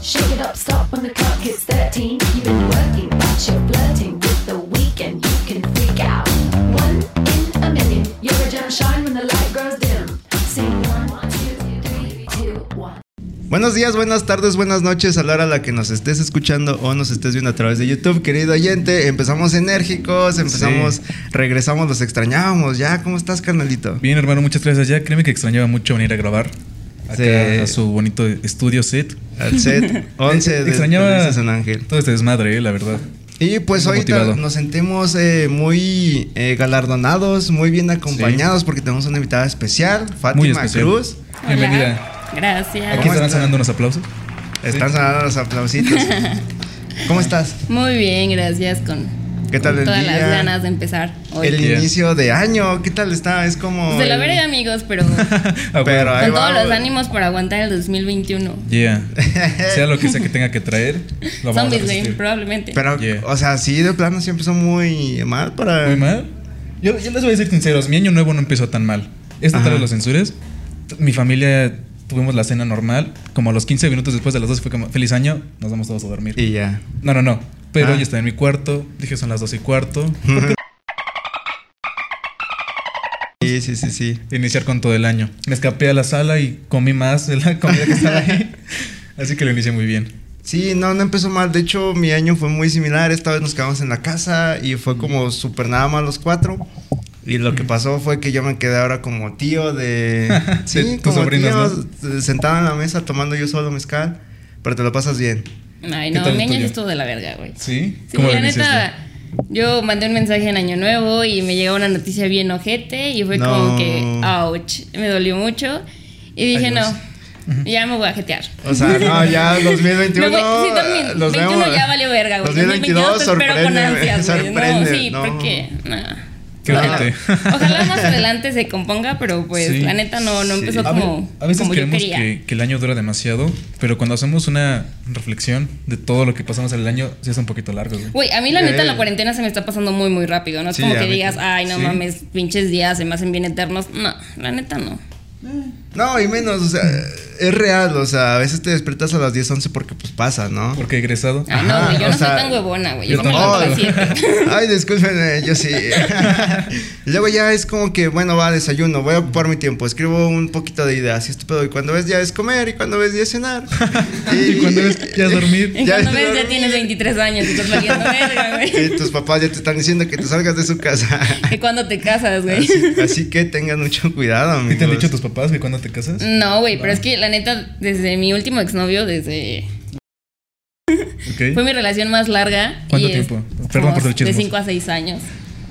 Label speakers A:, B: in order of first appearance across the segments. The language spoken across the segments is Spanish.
A: Shake it up, stop when the clock hits 13. You've been working, but you're flirting with the weekend. You can freak out. One in a million. You're a gem shine when the light grows dim. Sing one, two, three, two, one.
B: Buenos días, buenas tardes, buenas noches a la hora a la que nos estés escuchando o nos estés viendo a través de YouTube, querido oyente. Empezamos enérgicos, empezamos,
C: Sí.
B: regresamos, los extrañábamos. Ya, ¿cómo estás, carnalito?
C: Bien, hermano, muchas gracias. Ya créeme que extrañaba mucho venir a grabar acá
B: Sí.
C: a su bonito estudio set.
B: Al set 11 de
C: Eh, extrañaba
B: Televisa San Ángel.
C: todo este desmadre, eh, la verdad.
B: Y pues
C: Muy
B: hoy ta-
C: motivado.
B: nos sentimos eh, muy eh, galardonados, muy bien acompañados porque tenemos una invitada especial, Fátima
C: Muy especial.
B: Cruz.
C: Bienvenida.
D: Gracias.
C: Aquí estarán
B: está?
C: sonando unos aplausos.
B: Están sonando los aplausitos. ¿Cómo estás?
D: Muy bien, gracias. Con,
B: ¿Qué tal
D: con
B: el
D: todas
B: día?
D: las ganas de empezar hoy. Pues
B: El
C: Bien.
B: inicio de año, ¿qué tal está? Es como...
D: Se lo
B: el-
D: veré, amigos, pero con
C: Ah,
B: Pero- Ahí
D: todos
B: vamos.
D: los ánimos para aguantar el 2021.
C: Yeah. Sea lo que sea que tenga que traer, lo vamos
D: Zombies,
C: a
D: güey,
C: resistir.
D: probablemente.
B: Pero,
C: Yeah.
B: o sea, sí, de plano sí empezó muy mal para...
C: Muy mal. Yo, yo les voy a decir sinceros, mi año nuevo no empezó tan mal. Esta
B: Ajá.
C: tarde los censures. t- Mi familia tuvimos la cena normal. Como a los 15 minutos después de las 12 fue como, feliz año, nos vamos todos a dormir.
B: Y ya.
C: No, no, no. Pero
B: Ah.
C: yo estaba en mi cuarto, dije son las 12 y cuarto.
B: Sí, sí, sí, sí.
C: Iniciar con todo el año. Me escapé a la sala y comí más de la comida que estaba ahí. Así que lo inicié muy bien.
B: Sí, no, no empezó mal. De hecho, mi año fue muy similar. Esta vez nos quedamos en la casa y fue como súper nada más los cuatro. Y lo que pasó fue que yo me quedé ahora como tío de... Sí,
C: De tus
B: como
C: sobrinos,
B: tío, sentado en la mesa tomando yo solo mezcal. Pero te lo pasas bien.
D: Ay,
C: ¿Qué
D: no,
C: tal
D: mi
C: el
D: año
C: tuyo?
D: sí estuvo de la verga, güey.
C: ¿Sí?
D: Sí,
C: ¿Cómo lo
D: la
C: iniciaste?
D: neta, yo mandé un mensaje en Año Nuevo y me llegó una noticia bien ojete y fue
B: No.
D: como que, ouch, me dolió mucho. Y dije,
B: Adiós.
D: no, ya me voy a jetear.
B: O sea, no, ya 2021...
D: No, güey, sí, también,
B: los
D: 21
B: vemos.
D: ya valió verga, güey.
B: 2022
D: te espero pues, con
B: sorprende,
D: ansias, güey.
B: sorprende,
D: No, sí,
B: no.
D: porque. nah.
C: Qué
D: Ojalá-
C: ojete.
D: Ojalá más adelante se componga, pero pues
C: Sí.
D: la neta no, no
B: Sí.
D: empezó
C: A,
D: como,
C: ve- a veces
D: como yo
C: creemos
D: quería.
C: que, que el año dura demasiado, pero cuando hacemos una reflexión de todo lo que pasamos en el año, sí es un poquito largo. güey.
D: Güey, a mí la
B: Eh.
D: neta la cuarentena se me está pasando muy, muy rápido. No es
B: Sí,
D: como
B: a
D: que
B: mí-
D: digas, ay, no
C: sí.
D: mames, pinches días se me hacen bien eternos. No, la neta no.
B: No, y menos, o sea, es real, o sea, a veces te despiertas a las 10, 11 porque pues pasa, ¿no?
C: Porque he egresado.
D: Ay,
B: Ajá,
D: Ah, no, güey, yo
B: o
D: no soy
B: sea, Ah,
D: tan huevona, güey.
C: yo
D: Yo como
C: tampoco.
D: a las siete.
B: Ay, discúlpenme, yo sí. Luego ya es como que, bueno, va, desayuno, voy a ocupar mi tiempo, escribo un poquito de ideas y estúpido. Y cuando ves ya es comer, y cuando ves ya es cenar.
C: Y cuando ves ya es dormir.
D: Y
B: Ya
D: cuando
B: es
D: ves
B: dormir.
D: ya tienes 23 años y estás valiendo verga,
B: Y
D: güey.
B: tus papás ya te están diciendo que te salgas de su casa.
D: ¿Y cuándo te casas, güey?
B: Así, así que tengan mucho cuidado, amigos.
C: ¿Qué te han dicho tus papás que cuando te casas?
D: No, güey, pero es que la neta, desde mi último exnovio, desde.
C: Ok.
D: Fue mi relación más larga.
C: ¿Cuánto
D: es-
C: tiempo? Perdón por el
D: De
C: chismos.
D: 5 a 6 años.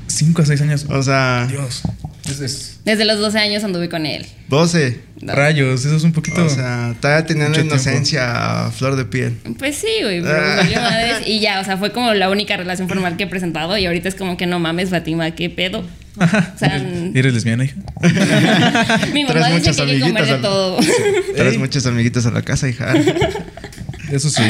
C: Cinco a seis años.
B: O sea,
C: Dios. Es, es-
D: Desde los 12 años anduve con él.
B: 12.
D: No.
C: Rayos, eso es un poquito.
B: O sea, todavía tenían la
C: Mucho tiempo.
B: inocencia a flor de piel.
D: Pues sí, güey, pero me valió madres. Y ya, o sea, fue como la única relación formal que he presentado. Y ahorita es como que no mames, Fatima, qué pedo. O sea, mm.
C: ¿Eres, eres lesbiana, hija?
D: mi
B: Traes
D: mamá dice
B: muchas
D: que hay que comer
B: amiguitas
D: de
B: al-
D: todo.
B: Traes muchos amiguitos a la casa, hija.
C: Eso sí.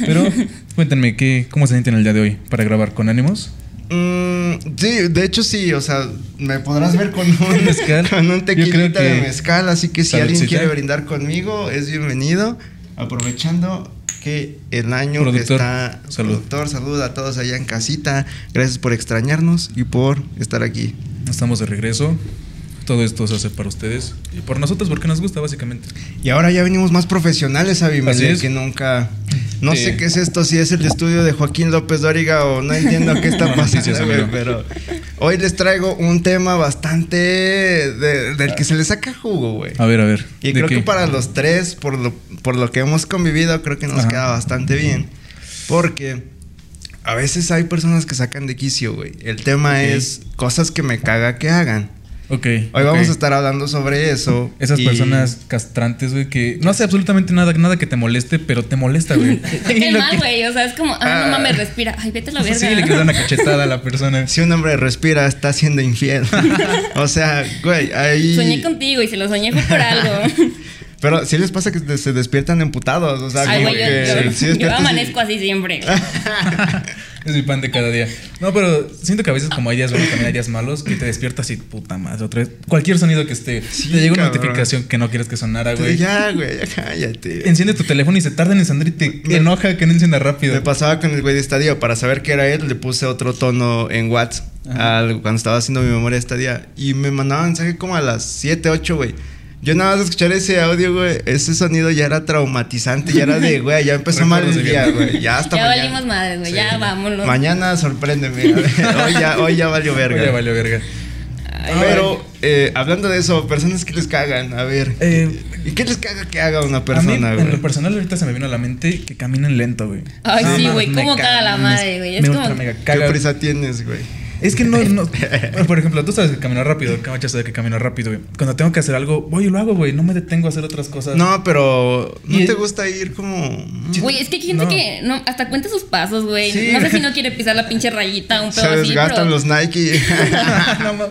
C: Pero cuéntenme, ¿qué, ¿cómo se sienten el día de hoy para grabar? ¿Con ánimos?
B: Mm, sí, de hecho sí, o sea, me podrás ver con un
C: Mezcal.
B: con un
C: Yo creo
B: tequilita de
C: que-
B: mezcal, así que si alguien
C: Saludcita.
B: quiere brindar conmigo, es bienvenido, aprovechando que el año que
C: Productor,
B: está
C: salud.
B: productor, salud a todos allá en casita, gracias por extrañarnos y por estar aquí.
C: Estamos de regreso. Todo esto se hace para ustedes y por nosotros porque nos gusta, básicamente.
B: Y ahora ya venimos más profesionales a
C: Así
B: Bimelé
C: es.
B: que nunca. No
C: Sí.
B: sé qué es esto, si es el estudio de Joaquín López Dóriga o no entiendo qué está
C: No,
B: pasando,
C: noticias,
B: güey,
C: amigo.
B: pero hoy les traigo un tema bastante de- del que se le saca jugo, güey.
C: A ver, a ver.
B: Y
C: Ah, ¿de
B: creo
C: qué?
B: que para los tres, por lo, por lo que hemos convivido, creo que nos
C: Ajá.
B: queda bastante bien. Porque a veces hay personas que sacan de quicio, güey. El tema
C: Ok.
B: es cosas que me caga que hagan.
C: Ok.
B: Hoy vamos
C: ok.
B: a estar hablando sobre eso.
C: Esas
B: y-
C: personas castrantes, güey, que no hace absolutamente nada, nada que te moleste, pero te molesta, güey.
D: Te cae mal, güey. O sea, es como, ah,
B: Ah.
D: no mames, respira. Ay, vete a la verga.
C: pues Sí, le quieres dar una cachetada a la persona.
B: Si un hombre respira, está siendo infiel. o sea, güey, ahí.
D: Soñé contigo y se lo soñé fue por algo.
B: Pero sí les pasa que de- se despiertan emputados. O sea,
D: Ay,
B: como
D: güey, yo,
B: que sí
D: yo-
B: Ah,
D: yo
B: despiertas y-
D: amanezco así siempre.
C: Es mi pan de cada día. No, pero siento que a veces como hay días buenos, también hay días malos, que te despiertas y puta madre, otra vez. Cualquier sonido que esté.
B: Sí,
C: te llega una
B: cabrón.
C: notificación que no quieres que sonara, güey.
B: Ya, güey, ya cállate.
C: Enciende tu teléfono y se tarda en encender y te enoja que no encienda rápido.
B: Me pasaba con el güey de estadio. Para saber que era él, le puse otro tono en Watts
C: Ajá.
B: al- cuando estaba haciendo mi memoria de estadía. Y me mandaba mensaje como a las 7, 8, güey. Yo nada más de escuchar ese audio, güey, ese sonido ya era traumatizante, ya era de, güey, ya empezó mal
C: Recuerdos
B: el
C: de
B: día,
C: viernes.
B: güey. Ya hasta
D: Ya
B: mañana.
D: valimos madres, güey, ya vámonos.
B: Mañana sorpréndeme. a ver, hoy, ya, hoy ya valió verga.
C: Oye, ya valió verga.
B: Pero eh, hablando de eso, personas que les cagan, a ver.
C: Eh,
B: ¿Y qué les caga que haga una
C: a
B: persona,
C: mí, en
B: güey?
C: lo personal ahorita se me vino a la mente que caminen lento, güey.
D: Ay,
C: No
D: sí,
C: mames,
D: güey,
C: me
D: cómo caga la
C: me-
D: madre, güey, es
C: me
D: como-
C: ultra mega
B: ¿Qué
C: caga.
B: prisa tienes, güey?
C: Es que no, no. Por ejemplo, tú sabes que camino rápido, Camacha sabe que camino rápido, güey. Cuando tengo que hacer algo, voy y lo hago, güey. No me detengo a hacer otras cosas.
B: No, pero ¿no
C: Y-
B: te gusta ir como...?
D: Güey, es que hay gente
C: No.
D: que no, hasta cuenta sus pasos, güey.
C: Sí.
D: No sé si no quiere pisar la pinche rayita, un pedo
B: Se
D: así,
B: desgastan
D: pero-
B: los Nike.
C: no ma-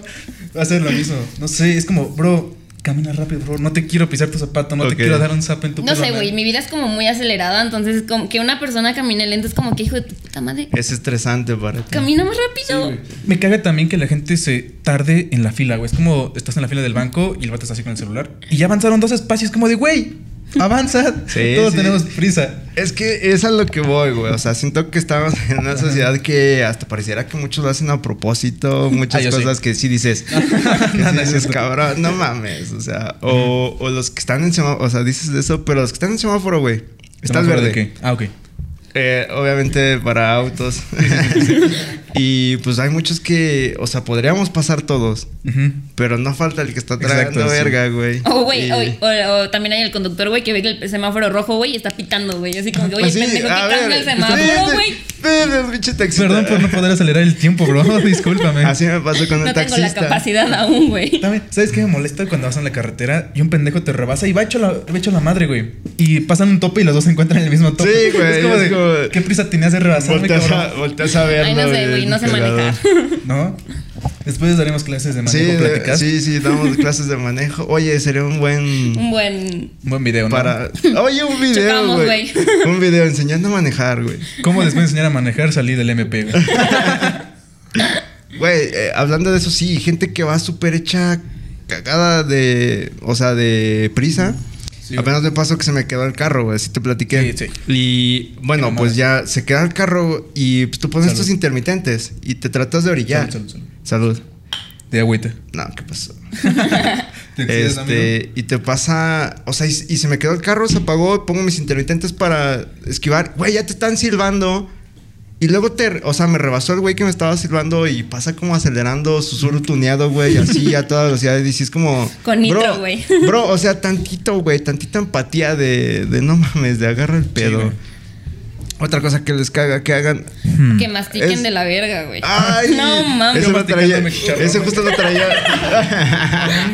C: va a ser lo mismo. No sé, es como, bro, camina rápido, bro. No te quiero pisar tu zapato, no
B: Ok.
C: te quiero dar un zap en tu
D: No sé,
C: pierna.
D: güey, mi vida es como muy acelerada, entonces como que una persona camine lento es como que hijo de tu puta madre.
B: es estresante para ti.
D: Camina más
C: Sí,
D: rápido.
C: güey. Me caga también que la gente se tarde en la fila, güey. Es como estás en la fila del banco y el vato está así con el celular. Y ya avanzaron dos espacios, como de, güey, avanza.
B: Sí,
C: Todos
B: sí.
C: tenemos prisa.
B: Es que es a lo que voy, güey. O sea, siento que estamos en una sociedad que hasta pareciera que muchos lo hacen a propósito.
C: Ah,
B: Muchas
C: yo
B: cosas
C: sí.
B: que sí dices. que sí
C: No, no, es
B: dices,
C: cierto.
B: cabrón, no mames. O sea, o, o los que están en semáforo. O sea, dices eso, pero los que están en semáforo, güey. Estás
C: ¿Semáforo de
B: verde.
C: qué? Ah, ok.
B: Eh, obviamente para autos. y pues hay muchos que, o sea, podríamos pasar todos,
C: Ujú.
B: pero no falta el que está tragando
C: Exacto, sí.
B: verga, güey.
D: O, Oh, güey,
B: Y-
D: o- o, o también hay el conductor, güey, que ve que el semáforo rojo, güey, y está pitando, güey. Así como que, oye,
B: Pues sí,
D: pendejo, que
B: a
D: cambia
B: ver,
D: el semáforo,
B: sí,
D: güey.
B: sí, sí, pinche taxista.
C: Perdón por no poder acelerar el tiempo, bro. Discúlpame.
B: Así me pasó con un
D: No tengo
B: taxista.
D: la capacidad aún, güey.
C: También, ¿Sabes qué me molesta cuando vas en la carretera y un pendejo te rebasa y va hecho la, va hecho la madre, güey? Y pasan un tope y los dos se encuentran en el mismo tope.
B: Sí, güey,
C: Es como
B: es
C: de,
B: como-
C: ¿qué prisa tenías de rebasarme,
B: Volteas a,
C: cabrón?
B: volteas a verlo.
D: Ay, no sé, güey, no sé
B: pelado.
D: manejar.
C: ¿No? Después les daremos clases de
B: Sí,
C: manejo,
B: de-
C: pláticas.
B: sí, sí, damos clases de manejo. Oye, sería un buen
D: Un buen.
C: Un buen video, ¿no?
B: para. Oye, un video,
D: Chocamos,
B: güey. Un video enseñando a manejar, güey.
C: ¿Cómo les voy a enseñar a manejar? Salí del MP, güey.
B: Güey, eh, hablando de eso, sí, gente que va súper hecha cagada de. O sea, de prisa.
C: Sí, güey.
B: Apenas me pasó que se me quedó el carro, güey, así te platiqué.
C: Sí, sí.
B: Y bueno,
C: mamada.
B: pues ya se queda el carro y pues, tú pones
C: Salud.
B: tus intermitentes y te tratas de orillar.
C: Salud, salud,
B: Salud.
C: De agüita.
B: No, ¿qué pasó?
C: ¿Te excedes, amigo?
B: Este, y te pasa, o sea, y, y se me quedó el carro, se apagó, pongo mis intermitentes para esquivar. Güey, ya te están silbando. Y luego te, o sea, me rebasó el güey que me estaba silbando y pasa como acelerando, susurro tuneado, güey, así a toda velocidad. Y dices como.
D: Con
B: "Bro,
D: nitro, güey".
B: Bro, o sea, tantito, güey, tantita empatía de, de no mames, de agarra el pedo.
C: güey.
B: Otra cosa que les caga que hagan.
C: Hmm.
D: Que mastiquen
B: Es-
D: de la verga, güey.
B: ¡Ay!
D: No mames.
B: Ese, lo traía,
C: Maticándome chicharrón,
B: ese
C: güey.
B: justo lo traía.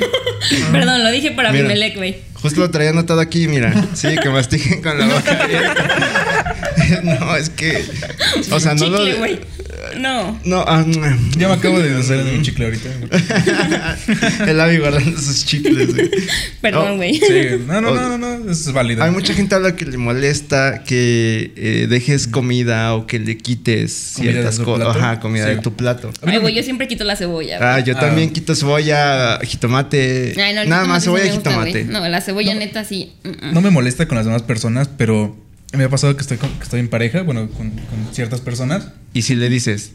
D: Perdón, lo dije para mi
B: Mira.
D: melec, güey.
B: Justo lo traía anotado aquí, mira. Sí, que mastiquen con la boca abierta. No, es que. O sea, no
D: Chicle,
B: lo.
D: güey. No.
B: No, ah, mm.
C: Ya me acabo de deshacer de mi chicle ahorita. güey.
B: El Abby guardando sus chicles, güey.
D: Perdón,
B: Oh,
D: güey.
C: Sí, no, no, no, no, no. Eso es válido.
B: Hay mucha gente a la que le molesta que eh, dejes comida o que le quites
C: ¿Comida de
B: ciertas
C: su
B: cosas.
C: plato?
B: Ajá, comida
C: Sí.
B: de tu plato.
D: Ay, güey, yo siempre quito la cebolla. güey.
B: Ah, yo
C: Ah.
B: también quito cebolla, jitomate.
D: Ay, no, el
B: nada más
D: jitomate sí me
B: cebolla y
D: gusta, güey.
B: jitomate.
D: No, la cebolla neta sí. Mm, mm.
C: no me molesta con las demás personas, pero me ha pasado que estoy, con- que estoy en pareja, bueno, con, con ciertas personas.
B: Y si le dices,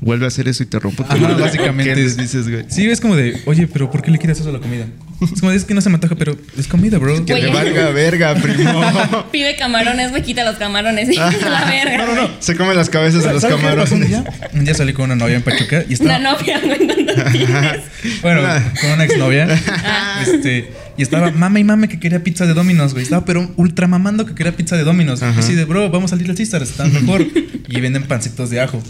B: vuelve a hacer eso y te rompo tu
C: Ajá,
B: madre",
C: básicamente.
B: ¿qué les dices, güey?
C: Sí, es como de, oye, pero ¿por qué le quitas eso a la comida? Es como de, es que no se me antoja, pero es comida, bro.
B: Que
D: Güey.
B: te valga verga, primo.
D: Pide camarones, güey, quita los camarones. la verga.
B: No, no,
D: güey.
B: no. Se comen las cabezas de los
C: ¿Sabes qué me pasó un
B: camarones.
C: día? Un día salí con una novia en Pachuca y
D: Una
C: estaba.
D: novia, güey, cuando tienes.
C: Bueno,
B: Una-
C: con una exnovia.
B: Ah.
C: este, y estaba mame y mame que quería pizza de Domino's, güey. Estaba pero ultra mamando que quería pizza de Domino's. Y
B: Ajá.
C: así de, bro, vamos a salir al César, está mejor. y venden pancitos de ajo.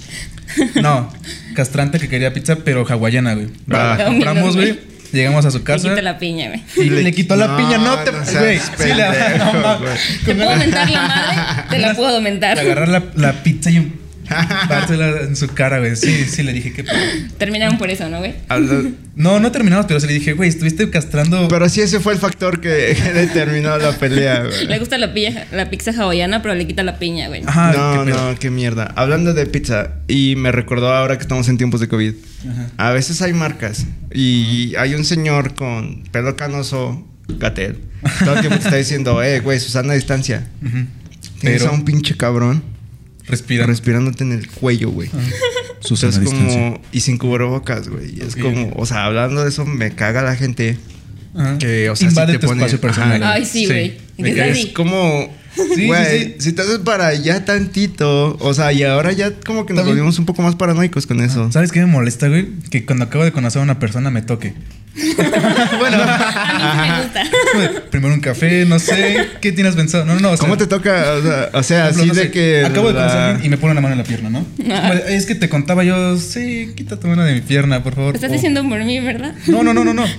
C: No, castrante que quería pizza, pero hawaiana, güey.
B: Ah.
C: La Compramos,
D: Domino's,
C: güey. Llegamos a su
D: Le
C: casa.
D: quito la piña, güey.
C: Y le, quitó la
B: No,
C: piña, no te.
B: no seas
C: Güey, sí, la.
B: pendejo,
C: no, no.
B: güey.
D: Te puedo mentar la madre, te la puedo mentar.
C: Agarrar la, la pizza y un Dártela en su cara, güey. Sí, sí, le dije que.
D: Terminaron por eso, ¿no, güey?
B: Habla-
C: No, no terminamos, pero se le dije, güey, estuviste castrando.
B: Pero sí, ese fue el factor que, que determinó la pelea, güey.
D: Le gusta la, pilla- la pizza hawaiana, pero le quita la piña, güey.
C: Ajá,
B: no,
C: qué pedo.
B: no, qué mierda. Hablando de pizza, y me recordó ahora que estamos en tiempos de COVID.
C: Ajá.
B: A veces hay marcas y hay un señor con pelo canoso, gatel. Todo el tiempo te está diciendo, eh, güey, Susana, distancia.
C: Ujú.
B: Tienes
C: Pero-
B: a un pinche cabrón
C: Respira.
B: respirándote en el cuello, güey.
C: Susana,
B: Entonces,
C: distancia.
B: como, y sin cubrebocas, güey. Y Es
C: Ok.
B: como, o sea, hablando de eso, me caga la gente.
C: Ajá.
B: que, o sea,
C: Invade
B: sí te
C: tu
B: pone-
C: espacio personal.
D: Ay, sí, güey.
C: Me
D: Que
C: caes-
D: sí.
B: Es como,
C: Sí,
B: güey,
C: sí, sí.
B: si te haces para allá tantito, o sea, y ahora ya como que nos
C: También-
B: volvimos un poco más paranoicos con eso.
C: ¿Sabes qué me molesta, güey? Que cuando acabo de conocer a una persona me toque. bueno,
D: A mí sí me gusta.
C: primero un café, no sé. ¿Qué tienes pensado? No, no, no. o sea,
B: ¿Cómo te toca? O sea, o sea,
C: por ejemplo,
B: así
C: no
B: de
C: sé,
B: que.
C: Acabo de
B: la-
C: conocer a alguien y me pone una mano en la pierna, ¿no? Vale, Es que te contaba yo, sí, quítate una de mi pierna, por favor.
D: Lo estás
C: O-
D: diciendo por mí, ¿verdad?
C: No, no, no, no, no.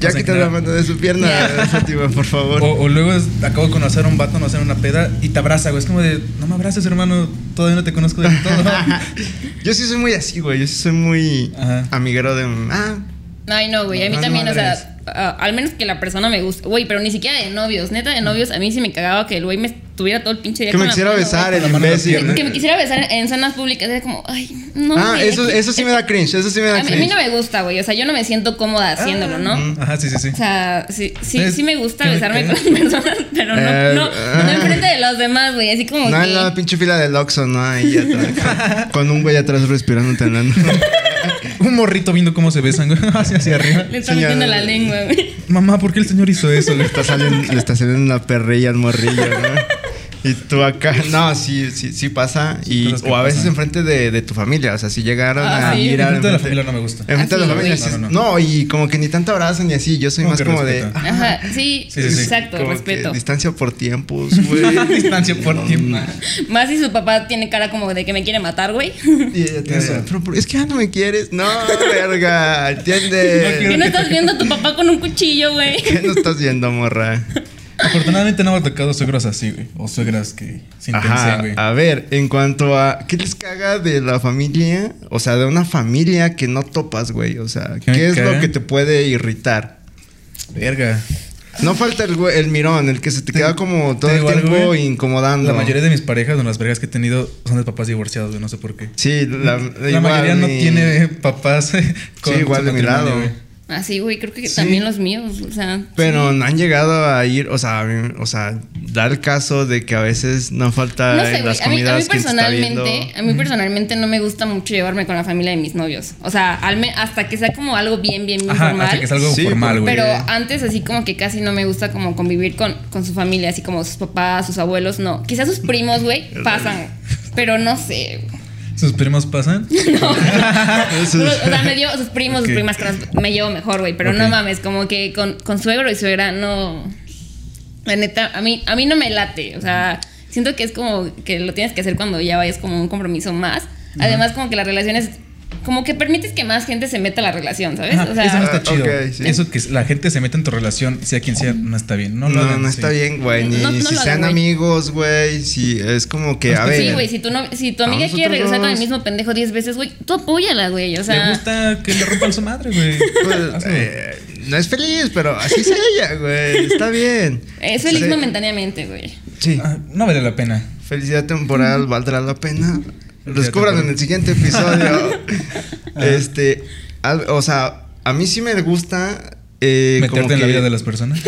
B: Ya
C: O sea,
B: quita
C: que-
B: la mano de su pierna, Fátima, por favor.
C: O, o luego es- acabo de conocer a un vato, no sé, en una peda y te abraza, güey. Es como de, no me abraces, hermano, todavía no te conozco del todo.
B: Yo sí soy muy así, güey. Yo sí soy muy
C: Ajá.
B: amiguero de. Ah,
D: Ay, no, güey. A
B: No,
D: mí
B: no
D: también, o
B: madres.
D: sea, a- al menos que la persona me guste. Güey, pero ni siquiera de novios. Neta, de novios, a mí sí me cagaba que el güey me estuviera todo el pinche día
B: que me
D: con la
B: quisiera
D: mano,
B: besar
D: güey.
B: el
C: Con la mano en la
B: imbécil.
C: pierna.
D: Que me quisiera besar en zonas públicas. Era como, ay, no.
B: ah,
D: güey,
B: eso,
D: aquí-
B: eso sí me da cringe. Eso sí Ah, mm. me
D: A
B: da
D: mí, a mí
B: cringe.
D: no me gusta, güey. O sea, yo no me siento cómoda haciéndolo, ¿no?
C: Ajá, sí, sí, sí.
D: O sea, sí, sí,
C: ¿Sabes
D: sí me gusta
C: qué me
D: besarme
C: caga?
D: con personas, pero no,
B: Eh,
D: no, no
B: ah.
D: enfrente de los demás, güey. Así como
B: No,
D: que.
B: en la pinche fila del Oxxo, no, ahí atrás. con un güey atrás respirando, tan
C: Un morrito viendo cómo se besan, güey, hacia, hacia arriba.
D: le está
B: señora.
D: metiendo la lengua, güey.
C: Mamá, ¿por qué el señor hizo eso, güey?
B: Le está saliendo, le está saliendo una perrilla al morrillo, ¿no? Y tú acá, no, sí, sí, sí pasa. Y,
C: Cosas que
B: o a veces
C: pasan.
B: enfrente de, de tu familia, o sea, si llegaron
D: Ah,
B: a
D: sí. Ah,
B: mirar.
C: Enfrente de la familia no me gusta.
B: Enfrente de la
D: Así,
B: familia,
C: güey.
B: sí,
C: No,
B: no,
C: no,
B: y como que ni tanto abrazan y así. Yo soy
C: Como
B: más
C: que
B: como
C: respetan.
B: de. ah,
D: Ajá, sí,
C: Sí, sí, sí.
D: exacto,
B: como que
D: respeto.
B: Distancia por tiempos, güey.
C: Distancia por tiempo.
D: Más si su papá tiene cara como de que me quiere matar, güey.
B: Y ella te
C: Eso.
B: dice, "Pero, pero, es que ya no me quieres. No, verga,
C: No quiero-
B: ¿entiendes?
D: ¿Qué no estás viendo a tu papá con un cuchillo, güey?
B: ¿Qué no estás viendo, morra?
C: Afortunadamente no me ha tocado suegros así, güey. O suegras que se intensen,
B: Ajá, ah,
C: güey.
B: a ver, en cuanto a ¿qué les caga de la familia? O sea, de una familia que no topas, güey. O sea,
C: me
B: ¿qué es
C: caga?
B: lo que te puede irritar?
C: Verga.
B: No falta el, güey- el mirón, el que se te queda como todo
C: te
B: el
C: digo algo,
B: tiempo
C: güey.
B: incomodando.
C: La mayoría de mis parejas o las vergas que he tenido son de papás divorciados, güey. No sé por qué.
B: Sí, la,
C: La
B: igual
C: mayoría no
B: mi-
C: tiene papás
B: Sí, igual
C: su
B: de mi
C: patrimonio,
B: lado.
C: güey.
D: Así, Ah, güey, creo que
B: Sí.
D: también los míos, o sea.
B: Pero no han llegado a ir, o sea, a mí- o sea, da el caso de que a veces no falta
D: No
B: en
D: sé, güey.
B: las
D: A mí, a mí
B: comidas quien te está viendo.
D: personalmente, a mí personalmente no me gusta mucho llevarme con la familia de mis novios. O sea, al me- hasta que sea como algo bien, bien, bien
C: Ajá,
D: formal.
C: hasta que es algo
B: Sí,
C: formal, güey.
D: Pero antes así como que casi no me gusta como convivir con, con su familia, así como sus papás, sus abuelos, no. Quizás sus primos, güey, pasan. Pero no sé. güey.
C: ¿Sus primos pasan?
B: Eso
D: O
B: es-
D: sea, me dio sus primos,
C: Ok.
D: sus primas, con las- me llevo mejor, güey. Pero no
C: Ok.
D: mames, como que con, con suegro y suegra, no. La neta, a mí, a mí no me late. O sea, siento que es como que lo tienes que hacer cuando ya vayas como un compromiso más. Además, como que las relaciones, como que permites que más gente se meta a la relación, ¿sabes?
C: Ajá,
D: O sea,
C: eso no está
B: Ah,
C: chido.
B: ok, sí.
C: Eso que la gente se meta en tu relación, sea quien sea, no está bien. No
B: No,
C: lo
B: no,
C: hagan, sí.
B: está bien, güey. Ni
D: No, no
B: si
D: lo hagan,
B: sean
D: güey.
B: amigos, güey. Si es como que, a ver.
D: Sí, güey, si, tu no- si tu amiga
B: Vamos nosotros
D: quiere regresar con el
B: dos.
D: mismo pendejo 10 veces, güey, tú apóyala, güey. O
C: Le
D: sea,
C: gusta que le rompan su madre, güey. Ah,
B: Pues,
C: Hazlo.
B: eh, no es feliz, pero así es ella, güey. Está bien.
D: es feliz
B: Sí.
D: momentáneamente, güey.
B: Sí.
C: Ah, no vale la pena.
B: Felicidad temporal, ¿valdrá la pena?
C: Felicidad
B: Descubran en
C: temporal.
B: el siguiente episodio. este, al- o sea, a mí sí me gusta. eh, como
C: Meterte en la
B: que
C: vida de las personas.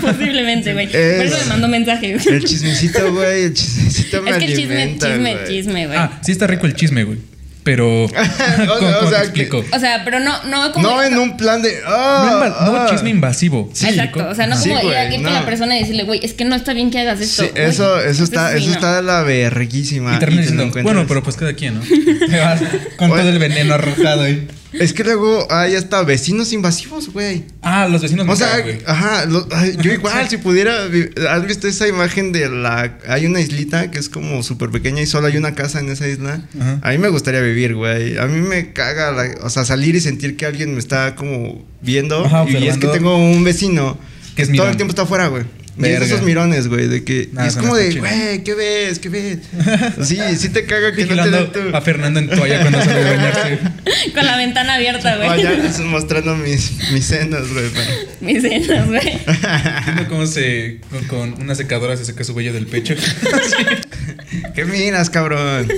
D: Posiblemente, güey.
B: Es-
D: Por eso me mandó mensaje, güey.
B: El chismecito, güey. El chismecito me
D: Es que el chisme,
B: alimenta,
D: chisme,
B: güey.
D: chisme, güey.
C: Ah, sí está rico el chisme, güey. Pero. ¿Cómo,
B: o
C: cómo te
B: sea, que-
C: explico?
D: O sea, pero no, no como.
B: No en un plan de.
C: No,
B: ah,
C: inva- no
B: ah.
C: chisme invasivo.
B: Sí.
D: Exacto, o sea, no
B: Ah.
D: como
B: Sí,
D: ir a
B: güey,
D: irte
B: no.
D: a la persona y decirle, güey, es que no está bien que hagas esto.
B: Sí,
D: güey,
B: eso, eso
D: esto
B: está,
D: es
B: eso
D: fino".
B: está de la verguísima.
C: Y termina
B: y te lo
C: diciendo,
B: encuentras.
C: bueno, pero pues cada quien, ¿no? Te vas con
B: Oye.
C: todo el veneno arrojado ahí.
B: Es que luego hay hasta vecinos invasivos, güey.
C: Ah, los vecinos me
B: O sea, ah,
C: cagan, güey.
B: ajá, lo- ay, yo igual, si pudiera. vi- ¿Has visto esa imagen de la. Hay una islita que es como súper pequeña y solo hay una casa en esa isla?
C: Ajá.
B: A mí me gustaría vivir, güey. A mí me caga, la- o sea, salir y sentir que alguien me está como viendo.
C: Ajá,
B: y es que
C: observando.
B: tengo un vecino
C: Que
B: que
C: es
B: todo
C: mirón.
B: el tiempo está afuera, güey. Y es de
C: Verga.
B: esos mirones, güey, de que... y
C: Nah,
B: es
C: eso no
B: como
C: está
B: de,
C: chido.
B: güey, ¿qué ves? ¿Qué ves? Sí, sí te caga que no te
C: Vigilando
B: den tu...
C: a Fernando en toalla cuando sale de bañarse.
D: Con la ventana abierta, güey.
B: Vaya, es mostrando mis, mis sendas, güey. para-
D: Mis cenas, güey.
C: Viendo cómo se. Con, con una secadora se seca su vello del pecho.
B: ¿Qué miras, cabrón?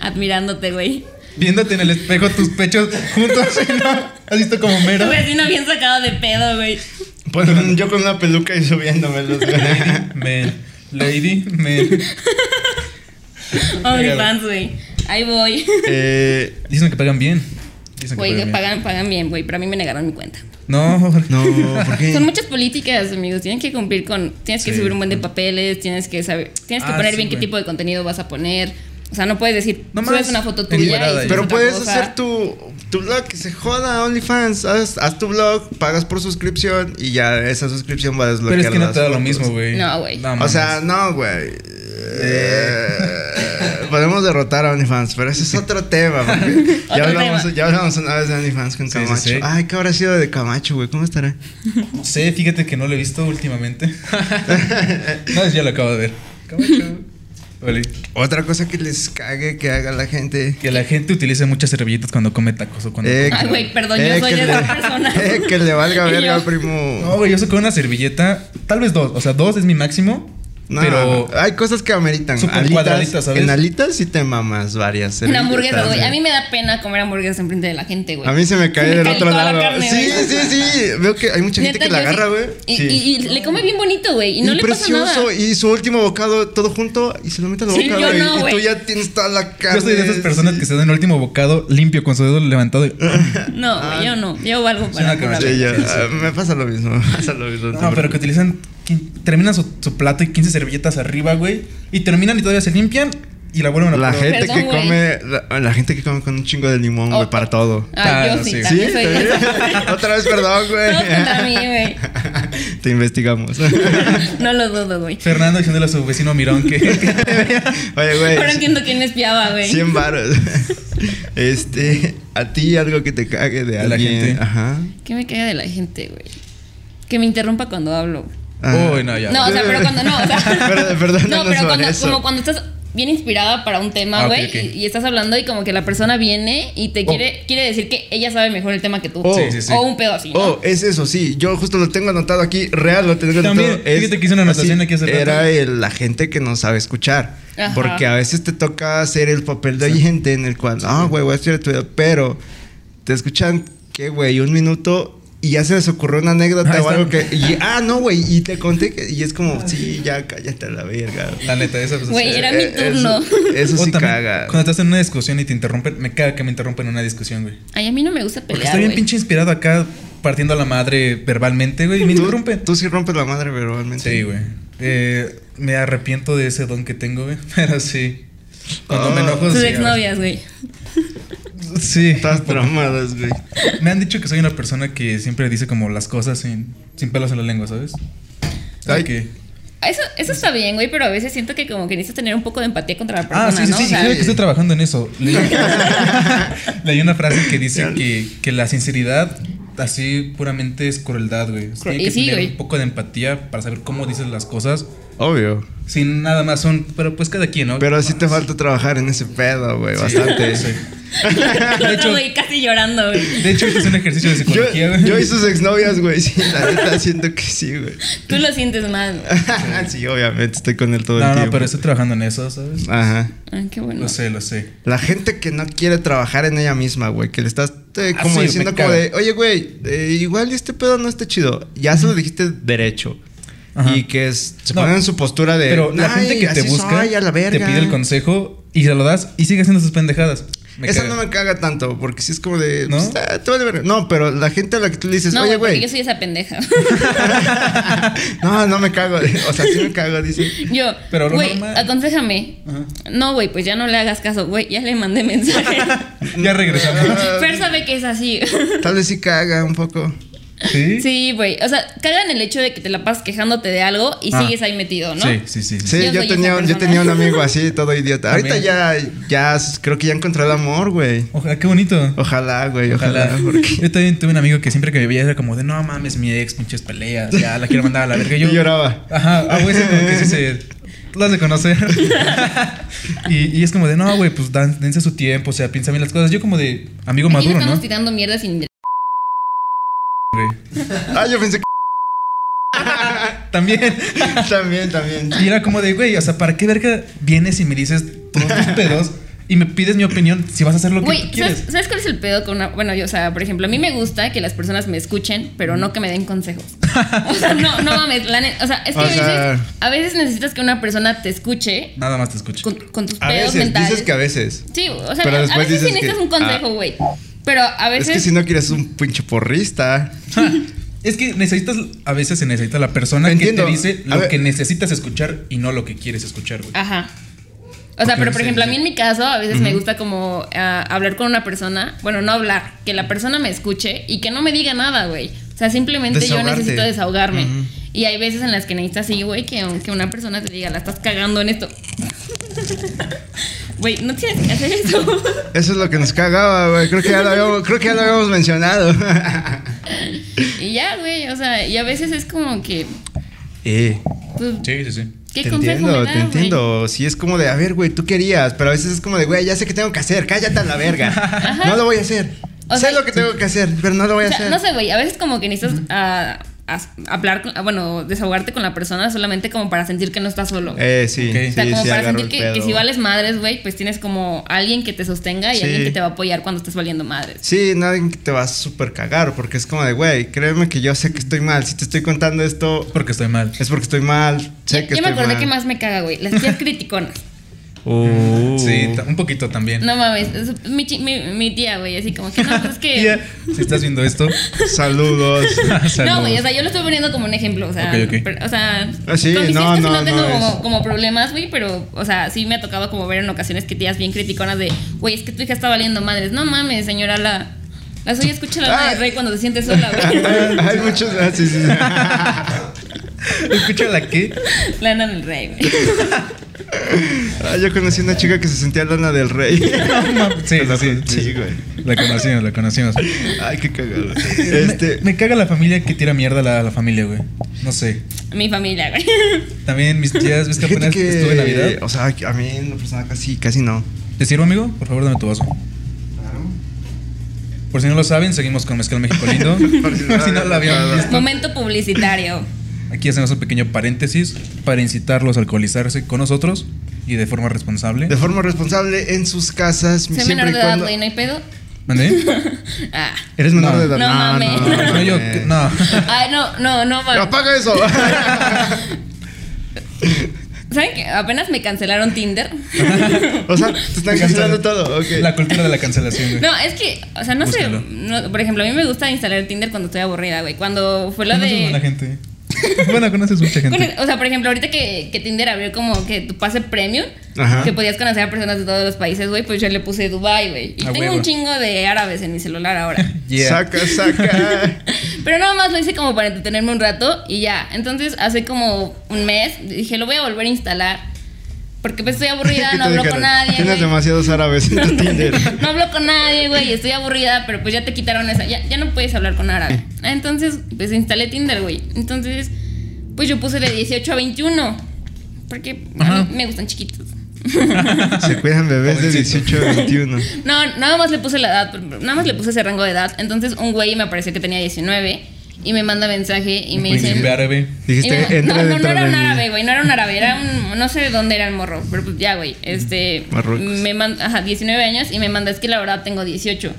D: Admirándote, güey.
C: Viéndote en el espejo tus pechos juntos. ¿no? ¿Has visto como
D: Tu
C: mero?
D: vecino bien sacado de pedo, güey.
B: Pues yo con una peluca y subiéndome los
C: Men. Lady, men.
D: OnlyFans, güey. Ahí voy.
B: eh,
C: Dicen que pagan bien. Dicen que
D: Güey,
C: pagan bien.
D: pagan, pagan bien, güey, pero a mí me negaron mi cuenta.
C: No, Jorge.
B: No, ¿por qué?
D: Son muchas políticas, amigos. Tienes que cumplir con. Tienes que
C: Sí.
D: subir un buen de papeles, tienes que saber. Tienes que
C: Ah,
D: poner
C: sí,
D: bien qué
C: güey.
D: tipo de contenido vas a poner. O sea, no puedes decir.
C: No
D: subes
C: más
D: una foto
C: en
D: tuya.
C: güerada,
D: Y subes
B: Pero
D: otra
B: puedes
D: cosa.
B: hacer tu, tu blog que se joda, OnlyFans. Haz, haz tu blog, pagas por suscripción y ya esa suscripción va a desbloquear.
C: Pero es que no
B: las
C: te da lo
B: fotos.
C: mismo, güey.
D: No, güey.
B: O sea,
C: mames.
B: no, güey. Eh, podemos derrotar a OnlyFans, pero ese es otro tema. porque ya,
D: Otro
B: hablamos,
D: tema.
B: ya hablamos una vez de OnlyFans con
C: Sí, sí,
B: Camacho.
C: sí.
B: Ay, ¿qué habrá sido de Camacho, güey? ¿Cómo estará?
C: No sé, fíjate que no lo he visto últimamente. no, ya lo acabo de ver. Cabacho. Vale.
B: Otra cosa que les cague que haga la gente.
C: Que la gente utilice muchas servilletas cuando come tacos o cuando.
B: Eh,
C: come-
D: Ay, güey, perdón, yo soy
B: que
D: de esa persona.
B: eh, que le valga
D: Y
B: verga,
D: yo-
C: No,
B: primo.
C: güey, yo saco una servilleta, tal vez dos, o sea, dos es mi máximo,
B: No,
C: pero
B: hay cosas que ameritan.
C: Súper
B: Alitas,
C: cuadraditas, ¿sabes?
B: en alitas sí te mamas varias.
D: Una
B: servilletas,
D: hamburguesa, güey.
B: güey.
D: A mí me da pena comer hamburguesas enfrente de la gente, güey.
B: A mí se me cae
D: Se me
B: del
D: cae
B: otro
D: toda la
B: lado.
D: carne,
B: sí,
D: güey.
B: sí, sí. Veo que hay mucha gente
D: Neta,
B: que la
D: yo sí-
B: agarra, güey.
D: Y,
B: Sí.
D: y- y le come bien bonito, güey. Y no
B: Y
D: le pasa
B: precioso,
D: nada.
B: y su último bocado todo junto y se lo mete a la
D: Sí,
B: boca,
D: yo
B: güey.
D: no,
B: y tú
D: güey.
B: ya tienes toda la carne.
C: yo soy de esas personas que se dan el último bocado limpio con su dedo levantado. y-
B: Ah.
D: No, güey, yo no. Yo algo para
C: no, que me
D: curarme.
B: Sí, yo-
C: Sí, sí.
B: ah, me pasa lo mismo, me pasa lo mismo.
C: No, pero que utilizan, quin- terminan su, su plato y 15 servilletas arriba, güey, y terminan y todavía se limpian y la vuelven a
B: la
C: probar.
B: gente
D: Perdón,
B: que
D: güey.
B: come la, la gente que come con un chingo de limón, güey,
D: Oh,
B: para todo.
D: Ay, yo
C: Ah,
D: sí,
C: sí.
B: Sí,
D: también soy de
B: ¿Te-
D: esas.
B: otra vez perdón, güey.
D: Todo contra mí, güey.
B: Te investigamos.
D: No lo dudo, güey.
C: Fernando diciéndole a su vecino Mirón que,
B: Oye, güey.
D: Ahora entiendo quién me espiaba, güey.
B: 100 varos. Este, a ti algo que te cague de
C: De la
B: alguien.
C: gente.
B: Ajá.
D: ¿Qué me caga de la gente, güey? Que me interrumpa cuando hablo.
B: Ajá.
C: Uy, no, ya.
D: No, o sea, pero cuando no, o sea.
B: Perdón- perdónanos
D: no, pero
B: por
D: cuando,
B: eso.
D: como cuando estás bien inspirada para un
C: Ah,
D: tema,
C: ok,
D: güey,
C: ok.
D: y, y estás hablando y como que la persona viene y te
C: Oh.
D: quiere quiere decir que ella sabe mejor el tema que tú.
B: Oh.
C: Sí, sí, sí.
D: O un pedo así. ¿no?
B: Oh, es eso, sí. Yo justo lo tengo anotado aquí. Real, lo tengo
C: También,
B: anotado. Es
C: fíjate que hice una anotación
B: así,
C: aquí hace rato.
B: Era el- la gente que no sabe escuchar.
D: Ajá.
B: Porque a veces te toca hacer el papel de oyente en el cual, ah, güey, voy a estudiar tu vida", Pero te escuchan, ¿qué, güey? Un minuto y ya se les ocurrió una anécdota
C: Ahí
B: o algo que.
C: está.
B: y, ah, no, güey. Y te conté que. Y es como, sí, ya cállate a la verga.
C: la neta, esa pues,
D: Güey,
C: o sea,
D: Era mi
B: Eh, eso-
D: turno.
B: Eso,
C: o
B: sí
C: también,
B: caga.
C: Cuando estás en una discusión y te interrumpen, me caga que me interrumpan en una discusión, güey.
D: Ay, a mí no me gusta
C: Porque
D: pelear,
C: estoy bien
D: güey.
C: pinche inspirado acá partiendo a la madre verbalmente, güey, y me interrumpen.
B: Tú sí rompes la madre verbalmente.
C: Sí, güey. Eh, me arrepiento de ese don que tengo, güey. Pero sí. Cuando
B: Ah.
C: me enojo.
D: Sus
C: sí,
D: exnovias, güey.
C: Sí.
B: Estás traumadas, güey.
C: Me han dicho que soy una persona que siempre dice como las cosas sin, sin pelos en la lengua, ¿sabes? O sea,
B: Ay.
C: que-
D: Eso, eso está bien, güey, pero a veces siento que como que necesitas tener un poco de empatía contra la persona,
C: Ah, sí, sí,
D: ¿no?
C: sí.
D: O sea,
C: creo que estoy trabajando en eso. Leí, leí una frase que dice que, que la sinceridad así puramente es crueldad, güey. O sea,
D: Cruel-
C: Tiene que
D: sí,
C: tener
D: güey.
C: un poco de empatía para saber cómo dices las cosas.
B: Obvio.
C: Sin nada más son. Pero pues cada quien, ¿no?
B: Pero sí te falta trabajar en ese pedo, güey, bastante.
C: Sí.
D: el
C: De
D: otro
C: hecho-
D: güey casi llorando, güey.
C: De hecho, este es un ejercicio de
B: Yo,
C: psicología, güey.
B: yo y sus exnovias, güey, sí, la neta siento que sí, güey.
D: Tú lo sientes mal, güey.
B: sí, obviamente estoy con él todo el
C: No,
B: tiempo.
C: no, pero estoy trabajando en eso, ¿sabes?
B: Ajá.
D: Ay, qué bueno.
C: Lo sé, lo sé.
B: La gente que no quiere trabajar en ella misma, güey, que le estás eh,
C: Ah,
B: como
C: sí, me
B: diciendo como
C: caga.
B: de, oye, güey, eh, igual y este pedo no está chido. Ya se lo dijiste derecho.
C: Ajá.
B: Y que es- se
C: No.
B: ponen en su postura de.
C: Pero la
B: "Ay,
C: gente que te
B: así
C: busca,
B: soy, a la
C: te
B: verga".
C: pide el consejo y se lo das y sigue haciendo sus pendejadas. Me
B: Esa
C: caga.
B: no me caga tanto, porque si es como de.
C: ¿No?
B: "Pues, ah, te vale verga". No, pero la gente a la que tú le dices,
D: No,
B: oye,
D: güey, porque
B: güey.
D: yo soy esa pendeja.
B: No, no me cago. O sea, sí me cago, dice.
D: Yo,
C: Pero lo
D: güey,
C: normal.
D: aconsejame. No, güey, pues ya no le hagas caso, güey, ya le mandé mensaje.
C: Ya regresamos.
B: Ah,
D: Fer sabe que es así.
B: Tal vez sí caga un poco.
C: ¿Sí?
D: Sí, güey. O sea, cagan el hecho de que te la pasas quejándote de algo y
C: Ah.
D: sigues ahí metido, ¿no?
C: Sí, sí, sí. sí.
B: Sí,
D: Yo
B: yo
D: soy
B: tenía,
D: esa
B: un- yo
D: persona.
B: tenía un amigo así, todo idiota. Ahorita
C: También.
B: ya, ya s- creo que ya encontré el amor, güey.
C: Ojalá, qué bonito.
B: Ojalá, güey, ojalá.
C: Ojalá.
B: porque-
C: Yo también tuve un amigo que siempre que me veía era como de no mames, mi ex, pinches peleas, ya la quiero mandar a la verga. Yo
B: Y lloraba.
C: Ajá, ah, güey, sí, como que sí se. Las de conocer. y, y es como de no, güey, pues dan, dense su tiempo, o sea, piensa bien las cosas. Yo como de amigo
D: Aquí no
C: maduro,
D: estamos
C: ¿no?
D: tirando mierda sin.
C: Güey.
B: Ah, yo pensé que
C: También.
B: también, también.
C: Y era como de, güey, o sea, ¿para qué verga vienes y me dices todos tus pedos y me pides mi opinión si vas a hacer lo que tú
D: Güey,
C: quieres?
D: ¿sabes, sabes cuál es el pedo con una.? Bueno, yo, o sea, por ejemplo, a mí me gusta que las personas me escuchen, pero no que me den consejos. O sea, no, no mames. la ne- o sea, es que
B: O
D: a, veces,
B: sea-
D: a veces necesitas que una persona te escuche
C: Nada más te escucho.
D: con, con tus
B: A
D: pedos
B: veces,
D: mentales.
B: dices que a veces.
D: Sí, o sea,
B: Pero
D: a
B: después
D: veces sí
B: dices
D: necesitas
B: que- ah,
D: un consejo, güey. Pero a
B: Es
D: veces.
B: que si no quieres un pinche porrista.
C: Ja, Es que necesitas, a veces se necesita la persona
B: Entiendo.
C: que te dice
B: A
C: lo
B: ver.
C: que necesitas escuchar y no lo que quieres escuchar, güey.
D: Ajá. O sea,
C: Ok,
D: pero por
C: sí,
D: ejemplo,
C: sí.
D: a mí en mi caso, a veces me gusta como ah, hablar con una persona. Bueno, no hablar, que la persona me escuche y que no me diga nada, güey. O sea, simplemente yo
B: Desahogarte.
D: necesito desahogarme. Y hay veces en las que necesitas, sí, güey, que aunque una persona te diga, la estás cagando en esto. Güey, no tienes que hacer eso.
B: Eso es lo que nos cagaba, güey. Creo que ya lo habíamos, creo que ya lo habíamos mencionado.
D: y ya, güey, o sea, y a veces es como que,
B: eh.
D: pues,
C: Sí, sí, sí.
D: ¿qué
B: te entiendo,
D: consejo me da,
B: te
D: güey?
B: entiendo. Sí, es como de, a ver, güey, tú querías, pero a veces es como de, güey, ya sé que tengo que hacer, cállate a la verga. No lo voy a hacer.
D: O
B: sé
D: sea,
B: lo que tengo que hacer, pero no lo voy a
D: O sea,
B: hacer.
D: no sé, güey, a veces como que necesitas ah, as- hablar, con- ah, bueno, desahogarte con la persona solamente como para sentir que no estás solo.
B: Eh, sí,
C: Ok.
D: o sea,
B: sí,
D: como
B: sí,
D: para
B: agarro
D: sentir
B: el
D: que, que
B: pedo.
D: si vales madres, güey, pues tienes como alguien que te sostenga y
B: Sí.
D: alguien que te va a apoyar cuando estés valiendo madres.
B: Sí, nadie que te va a super cagar, porque es como de, güey, créeme que yo sé que estoy mal. Si te estoy contando esto,
C: Porque estoy mal.
B: es porque estoy mal. Sé
D: yo
B: que
D: yo me
B: estoy
D: acordé
B: mal.
D: que más me caga, güey, las tías criticonas.
B: Uh.
C: Sí, ta- un poquito también.
D: No mames, es mi, chi- mi- mi tía, güey, así como que no, pues es que...
C: Tía, si estás viendo esto,
B: Saludos.
D: No, güey,
C: saludos.
D: o sea, yo lo estoy poniendo como un ejemplo, o sea,
C: Ok, ok.
D: pero- o sea,
B: Ah, sí,
D: con mis
B: no,
D: tías casi
B: no,
D: no,
B: no
D: tengo
B: es-
D: como, como problemas, güey, pero, o sea, sí me ha tocado como ver en ocasiones que tías bien criticonas de, güey, es que tu hija está valiendo madres, no mames, señora, la, la suya escucha la lana
B: Ah.
D: de rey cuando se siente sola, güey.
B: Hay muchos. ah, sí, sí, sí.
C: escucha la que.
D: lana del rey, güey.
B: Ah, yo conocí una chica que se sentía lana del rey.
C: Sí,
B: Con la
C: sí,
B: con-
C: sí.
B: sí, güey.
C: La conocimos, la conocimos.
B: Ay, qué cagado.
C: Este...
B: Este,
C: Me, me caga la familia que tira mierda a la, a la familia, güey. No sé.
D: Mi familia, güey.
C: También mis tías, ves que
B: fíjate
C: apenas
B: que-
C: estuve en Navidad.
B: O sea, que a mí en lo personal casi, casi no.
C: ¿Te sirvo, amigo? Por favor, dame tu vaso. Por si no lo saben, seguimos con Mezcal México Lindo. Por si no, lo habían visto.
D: Momento publicitario.
C: Aquí hacemos un pequeño paréntesis para incitarlos a alcoholizarse con nosotros y de forma responsable.
B: De forma responsable en sus casas.
D: Soy
B: siempre
D: menor
B: y
D: de edad,
B: cuando-
D: güey, ¿no hay pedo?
C: ¿Mande?
D: Ah.
B: Eres menor
C: No.
B: de edad.
D: No mames.
C: No, yo. No.
D: Ay, no, no, no, mames.
B: Apaga eso.
D: ¿Saben que apenas me cancelaron Tinder?
B: o sea, te están cancelando todo. ok.
C: La cultura de la cancelación, güey.
D: No, es que, o sea, no
C: Búscalo.
D: sé. no, por ejemplo, a mí me gusta instalar Tinder cuando estoy aburrida, güey. Cuando fue lo
C: Conoces buena
D: de.
C: gente. Bueno, conoces mucha gente.
D: Bueno, o sea, por ejemplo, ahorita que, que Tinder abrió como que tu pase premium,
B: Ajá.
D: que podías conocer a personas de todos los países, güey, pues yo le puse Dubai, güey. Y
C: A
D: tengo
C: huevo.
D: un chingo de árabes en mi celular ahora.
C: Yeah.
B: Saca, saca.
D: Pero nada más lo hice como para entretenerme un rato y ya. Entonces, hace como un mes dije, lo voy a volver a instalar. Porque pues estoy aburrida,
B: ¿Qué
D: no
B: te
D: hablo
B: dijeron?
D: con nadie.
B: Tienes
D: güey.
B: demasiados árabes en tu Tinder.
D: No hablo con nadie, güey, estoy aburrida, pero pues ya te quitaron esa, ya, ya no puedes hablar con árabe. Ah, Entonces, pues instalé Tinder, güey. Entonces, pues yo puse de 18 a 21, porque a
C: Ajá.
D: mí me gustan chiquitos.
B: Se cuidan bebés de
C: Pobrecito.
B: 18 a 21.
D: No, nada más le puse la edad, nada más le puse ese rango de edad. Entonces, un güey me apareció que tenía 19 y me manda mensaje y me dice...
C: Príncipe árabe.
D: y me-
B: Dijiste, entra
D: no, no, no
B: dentro
D: era
B: de
D: un
B: mí.
D: árabe, güey, no era un árabe, era un, no sé de dónde era el morro, pero pues ya, güey, este,
B: Marruecos.
D: me manda, ajá, 19 años y me manda, es que la verdad tengo 18.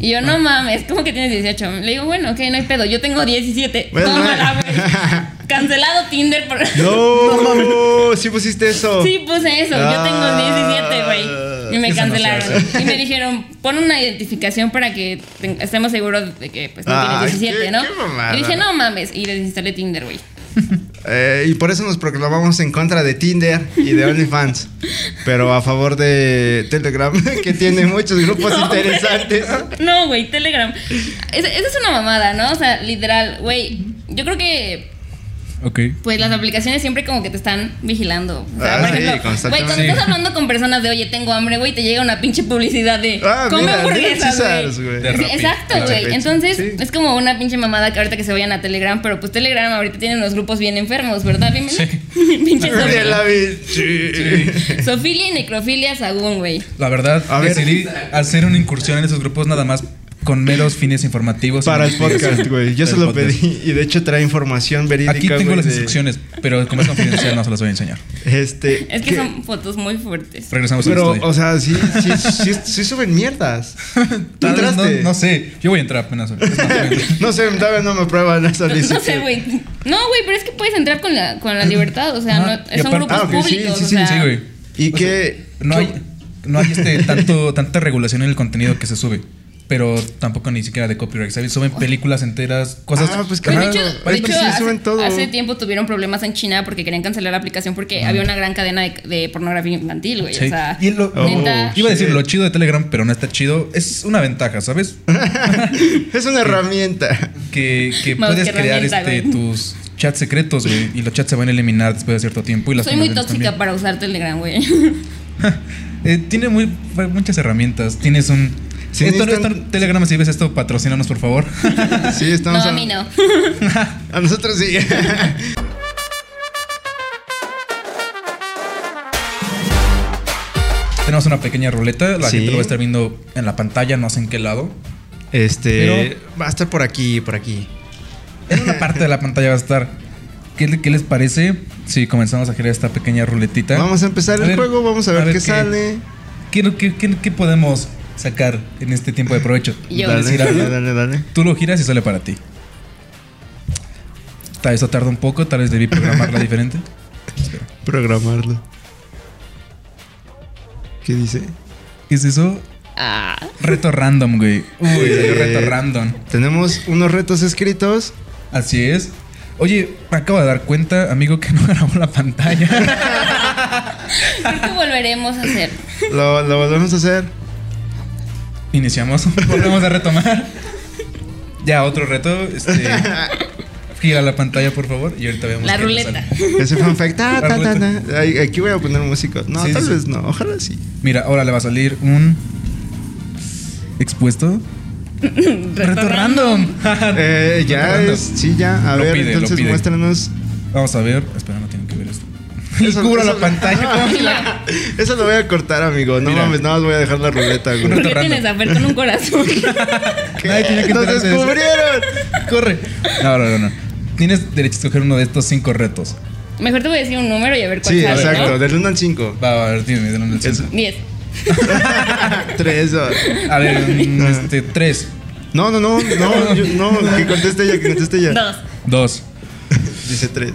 D: Y yo,
B: Ah.
D: no mames, ¿cómo que tienes 18? Le digo, bueno, ok, no hay pedo, yo tengo 17.
B: Bueno,
D: Tómala,
B: no.
D: güey. Cancelado Tinder por...
B: No, sí pusiste eso.
D: Sí, puse eso, yo
B: Ah.
D: tengo 17, güey. Y
C: Eso
D: me
C: no se
D: cancelaron.
C: hace.
D: Y me dijeron, pon una identificación para que ten- estemos seguros de que pues, no
B: Ay,
D: tienes 17,
B: qué-
D: ¿no?
B: qué mamada.
D: y dije, no mames. Y desinstalé Tinder, güey.
B: Eh, y por eso nos proclamamos en contra de Tinder y de OnlyFans, pero a favor de Telegram, que tiene muchos grupos
D: No, güey.
B: Pues interesantes.
D: No, güey, Telegram. Esa, esa es una mamada, ¿no? O sea, literal, güey. Yo creo que,
C: Ok.
D: pues, las aplicaciones siempre como que te están vigilando. O sea,
B: Ah,
D: por
B: sí,
D: ejemplo, güey,
B: constantemente.
D: cuando estás hablando con personas de, oye, tengo hambre, güey, te llega una pinche publicidad de,
B: Ah,
D: come
B: mira,
D: hamburguesas,
B: Little
D: güey.
B: Caesars,
C: De
D: Sí,
B: güey.
C: Rappi,
D: exacto,
C: claro.
D: güey. Entonces,
B: Sí.
D: es como una pinche mamada que ahorita que se vayan a Telegram, pero pues Telegram ahorita tiene unos grupos bien enfermos, ¿verdad? Bien, pinche
B: Mira,
D: zoofilia.
B: la vi- sí.
D: Zoofilia y necrofilia según, güey.
C: La verdad,
B: A ver.
C: decidí hacer una incursión en esos grupos nada más con meros fines informativos.
B: Para el
C: Sí.
B: podcast, güey. Yo
C: Para
B: se
C: el
B: lo
C: podcast.
B: pedí y de hecho trae información verídica.
C: Aquí tengo
B: güey,
C: las
B: de-
C: instrucciones, pero como es confidencial no se las voy a enseñar.
B: Este,
D: Es que
B: que-
D: son fotos muy fuertes.
C: Regresamos al
B: Pero,
C: estudio.
B: o sea, sí, sí, sí, sí suben mierdas. ¿Tú
C: Tal vez
B: entraste?
C: no, no sé, yo voy a entrar apenas. ahorita. Es más, voy a entrar.
B: No sé, todavía no me prueban esa
D: No
B: solicitud.
D: sé, güey. No, güey, pero es que puedes entrar con la, con la libertad, o sea,
C: Ajá,
D: no-
C: y
D: son
C: aparte-
D: grupos
B: ah, ok, sí,
D: públicos.
B: sí,
D: o
B: sí,
D: sea,
C: Sí, güey.
B: Y
C: O
B: que
C: No hay, no hay este tanto, tanta regulación en el contenido que se sube. Pero tampoco ni siquiera de copyright, ¿sabes? Suben películas enteras, cosas.
B: Ah, pues,
D: Pues, de
B: Ajá,
D: hecho, de
B: ahorita
D: hecho,
B: sí
D: hace,
B: suben todo.
D: hace tiempo tuvieron problemas en China porque querían cancelar la aplicación porque había una gran cadena de, de pornografía infantil, güey.
C: Sí.
D: O sea,
C: Y lo-
D: neta,
C: Iba a decir
B: shit.
C: lo chido de Telegram, pero no está chido. Es una ventaja, ¿sabes?
B: es una herramienta.
C: Que, que
D: Más
C: puedes
D: que
C: crear
D: herramienta,
C: este,
D: güey.
C: tus chats secretos, güey. Y los chats se van a eliminar después de cierto tiempo. Y
B: Oh.
C: las
D: soy muy
C: conversaciones
D: tóxica
C: también.
D: para usar Telegram, güey.
C: Eh, tiene muy, muchas herramientas. Tienes un.
B: Sí,
C: esto, no
B: necesitan-
C: esto- Telegram, si ves esto, patrocínanos, por favor.
B: Sí,
D: No,
B: estamos
D: a mí no.
B: A nosotros sí.
C: Tenemos una pequeña ruleta. La
B: Sí.
C: gente lo va a estar viendo en la pantalla, no sé en qué lado.
B: Este, va a estar por aquí, por aquí.
C: En una parte de la pantalla va a estar. ¿Qué, le- qué les parece si comenzamos a crear esta pequeña ruletita?
B: Vamos a empezar
C: ¿Eh? A
B: el
C: ver,
B: juego, vamos a ver, qué, sale.
C: ¿Qué, qué- qué- qué podemos sacar en este tiempo de provecho?
D: Yo.
C: ¿Quieres
B: Dale,
C: ir
B: dale,
C: algo?
B: dale, dale.
C: Tú lo giras y sale para ti. Tal vez tarda un poco, tal vez debí programarla diferente. Espera.
B: Programarlo. ¿Qué dice?
C: ¿Qué es eso?
D: Ah,
C: Reto random, güey. Uy, salió
B: Eh.
C: reto random.
B: Tenemos unos retos escritos.
C: Así es. Oye, me acabo de dar cuenta, amigo, que no grabó la pantalla.
D: creo que volveremos a hacer.
B: Lo, lo volvemos a hacer.
C: Iniciamos, volvemos a retomar. Ya, otro reto. Este, gira la pantalla, por favor, y ahorita vemos.
D: La
C: qué nos
D: ruleta.
C: sale.
B: Ese fanfact. Ta, ta, ta,
C: Arbolito.
B: ta. Ay, Aquí voy a poner músicos. No,
C: Sí,
B: tal
C: sí, sí.
B: vez no. Ojalá sí.
C: Mira, ahora le va a salir un. Expuesto. Reto random.
B: Eh,
C: Reto
B: ya
C: random.
B: es. Sí, ya. A
C: Lo
B: ver,
C: pide, lo
B: entonces
C: pide.
B: muéstranos.
C: Vamos a ver. Espera, no tienen que ver esto.
B: Eso-
C: Y cubro
B: eso-
C: la pantalla.
B: Eso lo voy a cortar, amigo. No
C: Mira.
B: mames, nada más voy a dejar la ruleta,
D: ¿Por
B: güey.
C: Reto
D: qué
C: random.
D: tienes a Fer con un corazón?
C: Nadie tenía que
B: ¡Nos
C: enterarse de eso.
B: descubrieron!
C: Corre. No, no, no, no. Tienes derecho a escoger uno de estos cinco retos.
D: Mejor te voy a decir un número y a ver cuál
B: Sí,
D: sale,
B: exacto. Del 1 al 5.
C: Va, va, a ver, dime, dime, dime.
B: Eso.
D: ¿no? 10.
B: 3,
C: A ver, mm, este, tres,
B: No, no, no, no, yo- no, que conteste ella, que conteste ella.
D: 2.
C: dos.
B: Dice 3.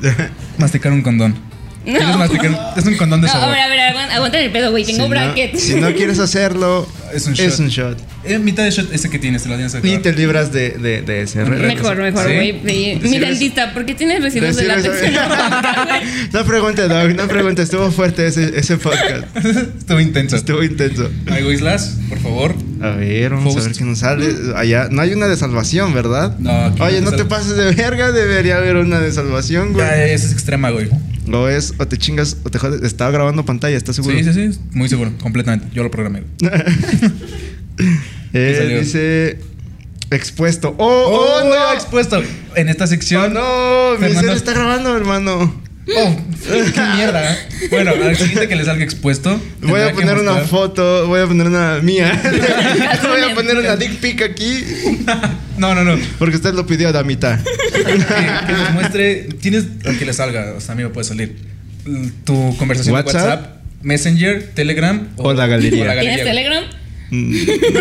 C: Masticar un condón. ¿Quieres masticar? Es un condón de
D: No, a
C: sabor.
D: ver, a ver, aguanta, aguanta el pedo, güey. Tengo bracket.
B: No, si no quieres hacerlo,
C: Es un
B: Es
C: shot.
B: un shot.
C: En Eh, mitad de shot ese que tienes, te lo tienes que
B: Y
C: acabar.
B: te libras de, de, de ese reto.
D: Mejor, mejor,
C: ¿Sí?
D: güey. Sí. Mi
B: Decir eso.
D: dentista, ¿por qué tienes residuos de
B: Decir
D: látex en la boca, güey?
B: eso- No pregunte, Doc, no pregunte. Estuvo fuerte ese, ese podcast.
C: Estuvo intenso.
B: Estuvo intenso.
C: Algo Islas, por favor.
B: A ver, vamos
C: Post.
B: a ver qué nos sale. Allá, no hay una de salvación, ¿verdad?
C: No, aquí
B: Oye, no
C: no te
B: te
C: sal-
B: pases de verga, debería haber una de salvación, güey.
C: Ya esa es extrema, güey.
B: O es, o te chingas, o te jodes. Estaba grabando pantalla, ¿estás seguro?
C: Sí, sí, sí. Muy seguro, completamente. Yo lo programé.
B: Eh,
C: Sí, salió.
B: dice expuesto. ¡Oh, oh, no!
C: expuesto. En esta
B: Oh,
C: sección.
B: no, mi
C: Fernando-
B: cel está grabando, hermano.
C: Oh, qué mierda. ¿eh? Bueno, al siguiente que le salga expuesto.
B: Voy
C: tendrá
B: a
C: que
B: poner una
C: mostrar-
B: foto, voy a poner una mía. voy a poner una dick pic aquí.
C: No, no, no.
B: Porque usted lo pidió a la mitad.
C: que, que nos muestre. Tienes lo que le salga, o sea, a mí me puede salir. L- Tu conversación de
B: WhatsApp.
C: WhatsApp, Messenger, Telegram
B: O la galería.
C: o la
D: ¿Tienes
C: galería.
D: Telegram?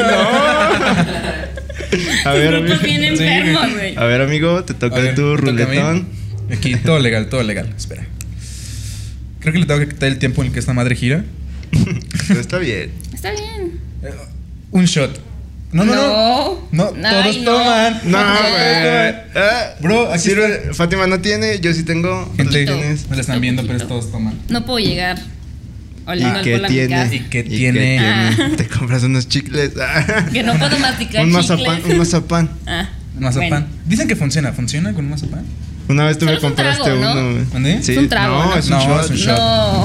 B: A ver,
D: Grupos bien
B: amigo.
C: Sí, güey.
D: enfermos, güey.
B: A ver, amigo, te
C: A
B: toca
C: ver,
B: tu
C: me toca a mí.
B: ruletón.
C: Aquí, todo legal, todo legal. Espera. Creo que le tengo que quitar el tiempo en el que esta madre gira.
B: Pero está bien.
D: Está bien.
C: Un shot. No, no, no. No, todos
D: Ay, no.
C: toman.
B: No,
D: Ah.
B: güey. Ah,
C: Bro, aquí
B: sirve- Fátima no tiene, yo sí tengo. ¿Tú
C: Gente,
B: tienes?
C: me la están viendo, pero es todos toman.
D: No puedo llegar. Oliendo
B: ¿Y qué
D: alcohol a mi
B: tiene?
D: casa.
C: ¿Y qué tiene?
D: Ah.
B: Te compras unos chicles. Ah.
D: Que no puedo masticar
B: un
D: chicles.
B: mazapán, un mazapán.
D: Ah,
C: Mazapán.
D: bueno.
C: Dicen que funciona. ¿Funciona con mazapán?
B: Una vez tú
D: Solo
B: me
D: es un
B: compraste
D: trago, ¿no?
B: uno, güey.
C: ¿Dónde?
B: Sí,
D: Es un trago,
B: No,
D: ¿no?
B: es un
C: No,
B: shot.
C: es un shot.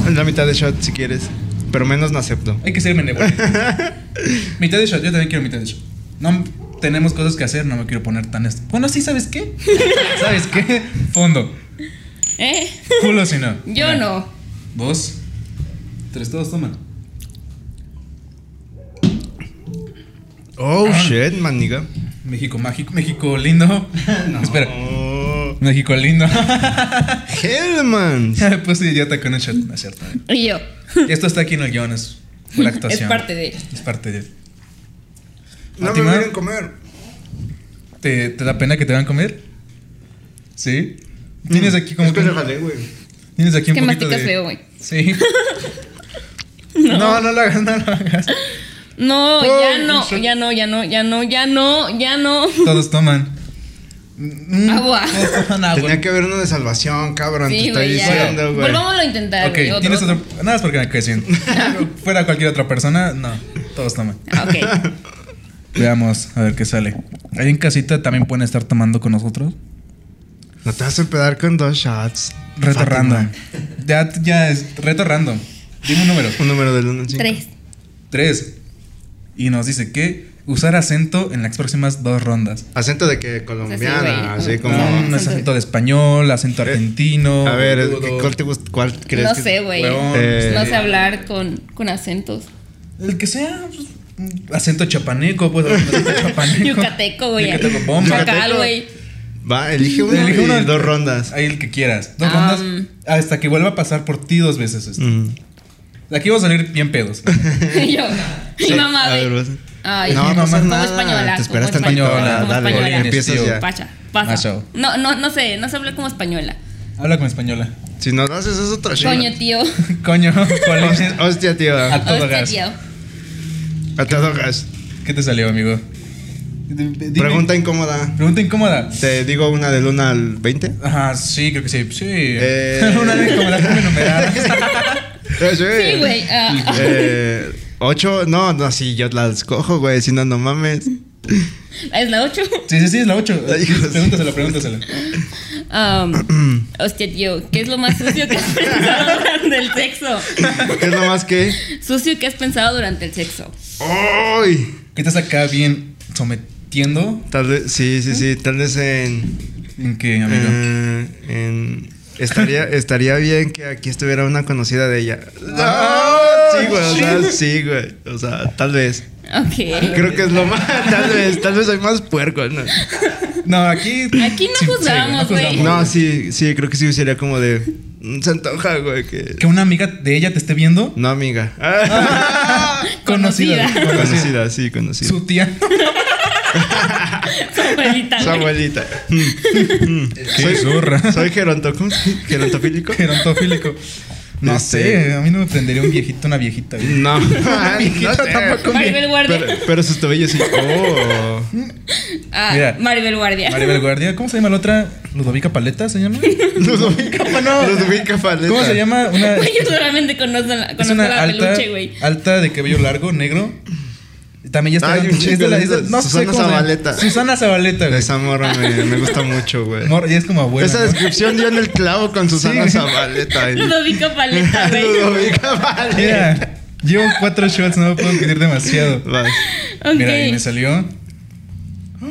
D: No.
B: La mitad de shot si quieres. Pero menos no acepto.
C: Hay que ser benévolo. mitad de shot. Yo también quiero mitad de shot. No tenemos cosas que hacer. No me quiero poner tan... est- Bueno, sí, ¿sabes qué? ¿Sabes qué? Fondo.
D: ¿Eh?
C: Culo si no.
D: Yo
C: Una,
D: no.
C: Dos. Tres. Todos toman.
B: Oh
C: Ah.
B: shit, maniga.
C: México mágico. México lindo. Espera.
B: Oh,
C: México lindo.
B: Hellman.
C: pues idiota con un shot. No es cierto.
D: Y yo.
C: Esto está aquí en el guión. Es la actuación.
D: Es parte de.
C: Es parte de...
B: No me
C: Fátima.
B: miren comer.
C: ¿Te, te da pena que te van a comer? ¿Sí? Tienes aquí como
B: Es que
C: que-
B: le jalé, güey.
C: Tienes aquí
D: Es
C: un
D: que
C: poquito
D: masticas
C: de...
D: feo, güey.
C: Sí. no. no, lo hagas, no lo hagas.
D: No,
C: Oh,
D: ya no,
C: eso-
D: ya no, ya no, ya no, ya no, ya no.
C: Todos toman. Mm,
D: Agua.
C: Todos toman agua.
B: Tenía que haber uno de salvación, cabrón. te
D: Sí,
B: estoy
D: güey, ya.
B: diciendo, güey.
D: Volvámoslo a intentar,
C: Ok,
D: güey. otro.
C: tienes otro... Nada más porque me caes bien. Fuera cualquier otra persona, no. Todos toman.
D: Ah, Ok.
C: Veamos, a ver qué sale. Ahí en casita también pueden estar tomando con nosotros.
B: No te vas a empedar con dos shots.
C: Reto
B: Fátima.
C: random. Ya, ya es... Reto random. Dime un número.
B: Un número del 1 al 5.
D: Tres.
C: Tres. Y nos dice que usar acento en las próximas dos rondas.
B: Acento de que colombiana,
D: güey.
B: así como.
C: No, no es acento de español, acento
B: Eh,
C: argentino.
B: a ver, es-
C: boludo.
B: ¿cuál, te gusta, ¿cuál crees?
D: No
B: que-
D: sé, güey.
C: Huevón.
B: Eh.
D: No sé hablar con, con acentos.
C: El que sea, pues, mm, acento chapaneco, pues acento chapaneco.
D: Yucateco, güey.
C: Yucateco, bomba.
D: Chacal,
B: Yucateco.
D: güey.
B: Va, elige uno
C: Elige
B: y
C: uno.
B: dos rondas.
C: Ahí el que quieras. Dos
D: Ah, mm.
C: rondas hasta que vuelva a pasar por ti dos veces. esto.
B: Mm.
C: De Aquí vamos a salir bien pedos.
D: Y yo. Mi mamá,
B: A ver,
D: güey.
B: vas.
D: Ay,
B: No
D: no, pues,
B: va a pasar
D: mamá, como
B: nada.
D: española.
B: Te esperas
D: como
B: tantito,
D: española,
C: ahora,
D: como
C: dale,
D: española.
C: Orines,
B: empiezas
C: tío.
B: ya.
D: Pacha, pasa.
C: Macho.
D: No, no, no sé, no sé hablar como española.
C: Habla con española.
B: Si no lo haces, es otra shot.
D: Coño, tío.
C: Coño, Colin.
B: Hostia, Hostia, tío.
C: A todo
D: Hostia,
C: gas.
D: tío.
B: A todo gas.
C: ¿Qué te salió, amigo? Dime.
B: Pregunta incómoda.
C: Pregunta incómoda.
B: Te digo una del 1 al 20.
C: Ajá, sí, creo que sí. Sí.
B: Eh.
C: Una vez como la tuve numerada.
D: Sí, güey. ah, ah.
B: Eh, 8, no, no, sí, yo las cojo, güey, si no, no mames.
D: ah, Es la 8.
C: Sí, sí, sí, es la 8.
B: Ay, hijo de-
C: Pregúntasela, pregúntasela.
D: hostia, tío, ¿qué es lo más sucio que has pensado durante el sexo?
B: ¿Qué es lo más que?
D: Sucio que has pensado durante el sexo.
B: ¡Ay!
C: ¿Qué estás acá bien sometiendo?
B: Tal vez, sí, sí, sí, tal vez en...
C: ¿En qué, amigo?
B: eh, en- estaría, estaría bien que aquí estuviera una conocida de ella.
C: Ah,
B: sí, güey, o sea,
C: shit.
B: sí, güey. O sea, tal vez.
D: Ok.
B: Creo que es lo más. Tal vez, tal vez soy más puerco, ¿no?
C: No, aquí.
D: Aquí no juzgamos, güey.
B: No, sí, sí, creo que sí sería como de. mm, Se antoja, güey, que.
C: Que una amiga de ella te esté viendo.
B: No, amiga.
C: Conocida.
D: Conocida.
C: Conocida.
B: Conocida, sí, conocida.
C: Su tía.
D: Su abuelita.
B: Su
D: güey.
B: abuelita. Mm, mm.
C: Qué zurra.
B: Soy geronto, ¿cómo se dice? gerontofílico.
C: Gerontofílico. No
B: Este-
C: sé, a mí no me prendería un viejito, una viejita. güey.
B: No, no sé.
C: tampoco.
D: Maribel Guardia.
B: Pero, pero sus tobillos sí. Oh.
D: Ah,
C: Mira.
D: Maribel Guardia.
C: Maribel Guardia, ¿cómo se llama la otra? ¿Ludovica Paleta se llama?
B: Ludovica,
C: no.
B: Ludovica Paleta.
C: ¿Cómo se llama? Una,
D: Güey, Yo solamente conozco la,
C: es
D: conozco
C: una
D: la
C: alta,
D: peluche, güey.
C: alta de cabello largo, negro. También ya está.
B: Ay, un
C: es de la- es de-
B: chingo de
C: no
B: esas.
C: sé
B: Susana
C: cómo se llama.
B: Zabaleta.
C: Susana Zabaleta. güey.
B: Esa morra me, me gusta mucho, güey.
C: Mor- ya es como abuela.
B: Esa
C: ¿no?
B: descripción dio en el clavo con Susana
C: Sí.
B: Zabaleta. y-
D: Ludovico Paleta, güey.
B: Ludovica Paleta.
C: Mira, llevo cuatro shots, no me puedo pedir demasiado.
B: Vas.
D: Ok.
C: Mira, y me salió. ¡Ah!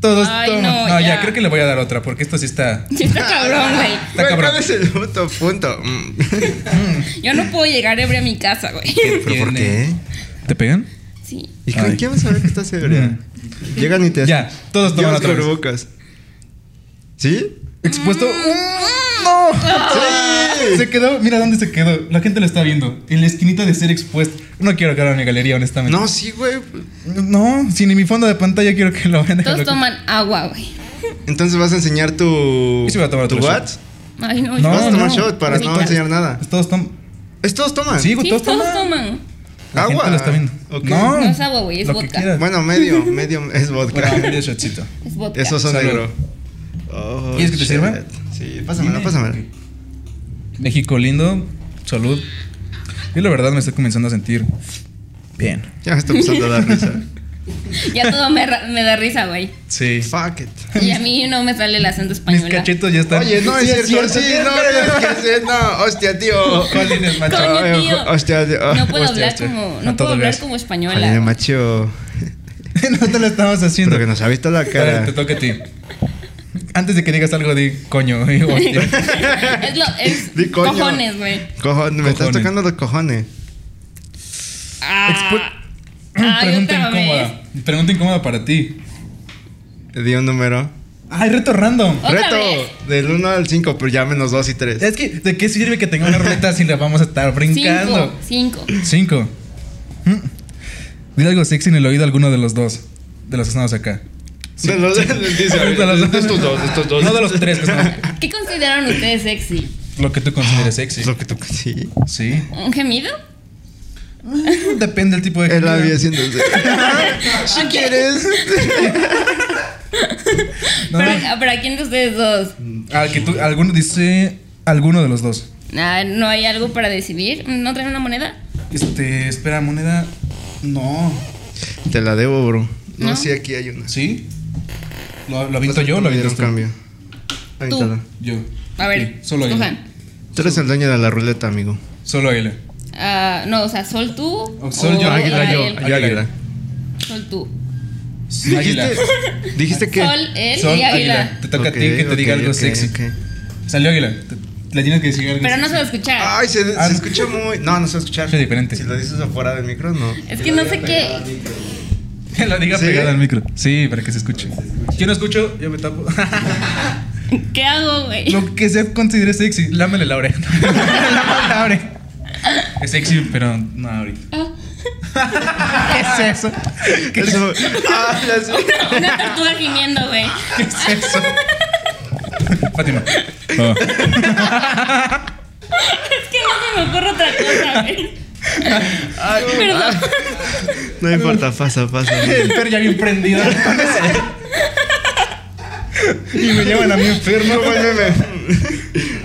C: Todos
D: Ay,
C: toman.
D: no,
C: ya.
D: ya.
C: creo que le voy a dar otra, porque esto sí está.
D: Sí, Está cabrón, güey.
C: Está
B: Güey,
C: cabrón.
B: ¿Cuál es el puto punto? Mm.
D: Yo no puedo llegar ebria a mi casa, güey.
B: ¿Pero por
C: Tiene-
B: qué?
C: ¿Te pegan?
D: Sí.
B: ¿Y
C: Ay.
B: con quién vas a ver que estás ebria? Llegan y te
C: Ya, todos toman
B: Llevas
C: otra vez.
B: cubrebocas. ¿Sí?
C: Expuesto. Mm, ¡No!
D: Ah.
B: ¡Sí!
C: Se quedó. Mira dónde se quedó. La gente lo está viendo. En la esquinita de ser expuesto. No quiero que en mi galería, honestamente.
B: No, sí, güey.
C: No, si ni mi fondo de pantalla quiero que lo vean.
D: Todos toman agua, güey.
B: Entonces vas a enseñar tu.
C: Yo sí voy a tomar
B: tu
C: otro
B: what?
C: shot.
D: Ay,
C: No,
D: no, yo-
B: Vas a tomar
C: Ah, no.
B: shot para
D: Sí,
B: no
D: claro.
B: enseñar nada.
C: Todos toman.
B: ¿Es todos toman?
C: Sí, güey,
D: Sí,
C: todos,
D: todos
C: toman.
D: toman.
C: La gente
B: Agua.
C: lo está viendo.
B: Ok.
C: No,
D: No es agua, güey, es
C: lo
D: vodka.
C: Que quieras.
B: Bueno, medio, medio es vodka.
C: Bueno, medio shotcito.
D: Es vodka.
B: Eso son
C: Salud.
B: negro. Oh,
C: ¿Quieres que te
B: shit.
C: sirva?
B: Sí, pásamela,
C: Dime.
B: pásamela.
C: Ok. México lindo, salud. Yo la verdad me estoy comenzando a sentir bien.
B: Ya me está empezando a dar risa.
D: Ya todo me, ra- me da risa, güey.
C: Sí.
B: Fuck it.
D: Y a mí no me sale el acento
C: Mis
D: español.
C: cachetos ya están.
B: Oye, no,
C: Sí,
B: es cierto, sí,
C: cierto.
B: no, no, es que sí, no, hostia, tío.
C: Jolín, es macho.
D: Coño,
B: Ay,
D: tío.
B: Ah, Hostia, tío.
D: No puedo
C: Hostia,
D: hablar
C: hostia.
D: como,
C: A
D: no
C: todo
D: puedo hablar
C: gas.
D: como
B: Jolín,
D: española.
B: macho.
C: no te lo estamos haciendo.
B: Pero que nos ha visto la
C: Ahora
B: cara.
C: Te toca a ti. Antes de que digas algo, di coño. y hostia.
D: Es lo, es
B: Di coño.
D: cojones, güey.
B: Cojones, me estás
C: Cojones.
B: tocando los cojones.
D: Ah,
C: Expu-
D: Ay,
C: Pregunta
D: otra vez.
C: incómoda. Pregunta incómoda para ti.
B: Te di un número.
C: Ay, reto random.
D: ¿Otra
B: Reto
D: vez?
B: del 1 al 5, pero ya menos 2 y 3.
C: Es que, ¿de qué sirve que tenga una ruleta si la vamos a estar brincando?
D: cinco, cinco.
C: Cinco. Mm. Dile algo sexy en el oído a alguno de los dos. De los que estamos acá.
B: De los dice,
C: De los-
B: de estos dos, de estos dos.
C: No de los tres que estamos acá.
D: ¿Qué consideran ustedes sexy?
C: Lo que tú consideres sexy.
B: Es lo que tú sí.
C: Sí.
D: ¿Un gemido?
C: Depende del tipo de
B: Él la había
C: gente.
B: haciendo. Si quieres.
C: No,
D: ¿Para, para quién de ustedes dos?
C: al que tú, alguno dice alguno de los dos.
D: Ah, ¿No hay algo para decidir? ¿No traen una moneda?
C: Este, espera, moneda. No.
B: Te la debo, bro. No,
D: ¿No?
B: sí, aquí hay una.
C: ¿Sí? ¿Lo, lo aviento yo o lo
B: Me dieron
C: avientas tú?
B: cambio. Avíntala.
C: Yo.
D: A ver,
C: Sí, solo Aguila.
D: escojan.
B: Tú eres el dueño de la ruleta, amigo.
C: Solo Aguila.
D: Ah, no, o sea, sol tú.
C: O sol
D: o
C: yo,
B: Águila,
D: él.
B: Oh, yo.
C: Águila.
B: Yo, águila.
D: Sol tú.
C: Águila.
B: Dijiste, dijiste que.
D: Sol, él
C: Sol,
D: y águila.
C: Te toca
B: Ok,
C: a ti que te
B: ok,
C: diga algo
B: ok,
C: sexy.
B: ok.
C: Salió Águila. Te- Le tienes que decir algo
D: Pero no
C: sexy.
D: se va a escuchar.
B: Ay, se, se
C: Ah, no.
B: escucha muy. No, no se va a escuchar.
C: Escucha diferente.
B: Si lo dices afuera del micro, no.
D: es que no sé qué.
C: Que lo diga
B: ¿Sí?
C: pegado al micro. Sí, para que se escuche. Yo no escucho, yo me tapo.
D: ¿Qué hago, güey?
C: Lo que se considere sexy, lámele la oreja. Lámale la oreja. Es sexy, pero no ahorita. ¿Qué es eso? ¿Qué es
B: Eso- Ah, las-
D: Una tortuga gimiendo, güey.
C: ¿Qué es eso? Fátima.
D: Es que no se me ocurre otra cosa, güey. Perdón.
B: ah, No importa, pasa, pasa.
C: El perro ya bien prendido. y me llevan a mí enfermo.
B: No, buen meme.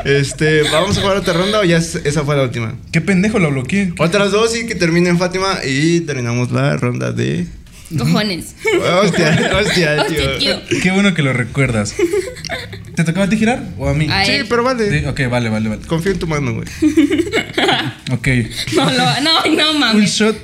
B: Este, ¿vamos a jugar otra ronda o ya es- esa fue la última?
C: Qué pendejo lo bloqueé.
B: Otras dos y que terminen Fátima y terminamos la ronda de.
D: Cojones. Oh,
B: Hostia, hostia,
D: Hostia,
B: tío.
D: tío.
C: Qué bueno que lo recuerdas. ¿Te tocaba a ti girar o a mí?
D: A
B: Sí,
D: él.
B: pero vale.
C: Sí, ok, vale, vale, vale.
B: Confío en tu mano, güey.
C: Ok.
D: No, lo- no, no
C: Un
D: mames.
C: shot.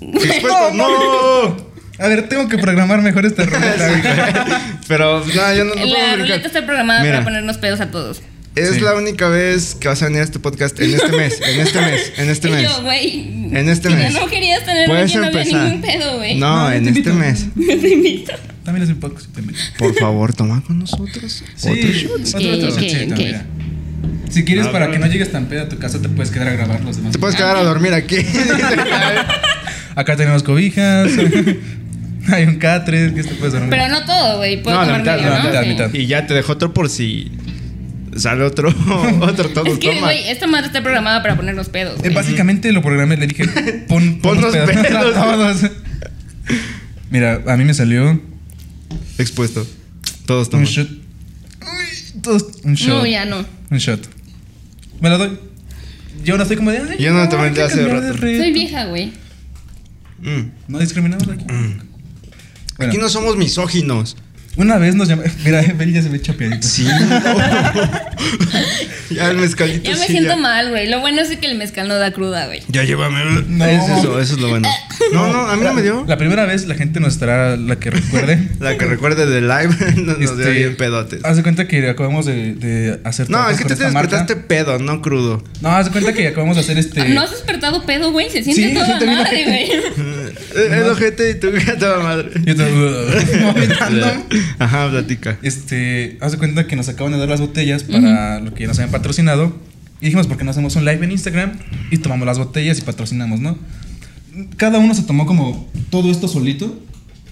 B: Dispuesto, pues, no.
C: A ver, tengo que programar mejor esta ruleta.
B: Pero pues, nada, yo no, no puedo
D: La
B: brincar.
D: ruleta está programada
B: Mira.
D: para ponernos pedos a todos.
B: Es
C: Sí.
B: la única vez que vas a venir a este podcast en este mes, en este mes, en este
D: Y
B: mes.
D: yo, güey.
B: En este
D: si
B: mes.
D: yo no querías tenerlo
B: Puedes
D: aquí, no había
B: empezar.
D: ningún pedo, güey.
B: No,
C: No, yo
B: en
C: te
B: este
C: invito.
B: mes.
D: Te invito.
C: También les impacto si te meto.
B: Por favor, toma con nosotros. Otro
C: Sí,
B: shot.
C: otro, otro
D: Ok,
C: shotcito,
D: ok, ok.
C: mira. Si quieres,
B: No,
C: para
B: no,
C: que
B: no.
C: no llegues tan pedo a tu casa, te puedes quedar a grabar los demás.
B: Te puedes quedar a dormir aquí.
C: Acá tenemos cobijas. Hay un catre que te puedes dormir.
D: Pero no todo, güey. Puedo
B: No, la
D: tomar
B: mitad,
D: medio,
C: la
D: ¿no?
C: mitad, la
D: Sí.
C: mitad.
B: y ya te dejo otro por si sale otro otro todo
D: Es que,
B: toma.
D: güey, esta madre está programada para ponernos pedos.
C: Eh,
D: güey.
C: Básicamente lo programé, le dije, pon,
B: Pon los pedos.
C: a todos. Mira, a mí me salió
B: Expuesto. Todos
C: un
B: toman.
C: shot. Uy, todos- un shot.
D: No, ya no.
C: Un shot. Me lo doy. Yo no estoy como de. ay,
B: Yo no
C: hay
B: tomé
C: que
B: hace
C: cambiar de
B: rato.
C: red.
D: Soy vieja, güey.
B: Mm.
C: No discriminamos aquí. Bueno,
B: Aquí no somos misóginos.
C: Una vez nos llamó. Mira, Beli ya se ve chapeadito.
B: Sí. ya el mezcalito
D: Ya me
B: sí,
D: siento
B: ya.
D: mal, güey. Lo bueno es que el mezcal no da cruda, güey.
B: Ya llévame.
C: No.
B: Es eso, eso es lo bueno. No, no, a mí no me dio.
C: La primera vez la gente nos estará la que recuerde.
B: La que recuerde de live nos, nos dio
C: Este,
B: bien pedotes.
C: Haz de cuenta que acabamos de, de hacer.
B: No, es que tú
C: tú
B: ah, te despertaste pedo, no crudo.
C: No, haz de cuenta que acabamos de hacer este.
D: ¿No has despertado pedo, güey? Se siente
C: Sí, se
D: toda
C: siente bien
D: madre, güey.
B: Eh, El ojete y tu gata madre.
C: Yo te- vomitando.
B: Este, Ajá, platica.
C: Este, haz de cuenta que nos acaban de dar las botellas para lo que ya nos habían patrocinado. Y dijimos, ¿por qué no hacemos un live en Instagram? Y tomamos las botellas y patrocinamos, ¿no? Cada uno se tomó como todo esto solito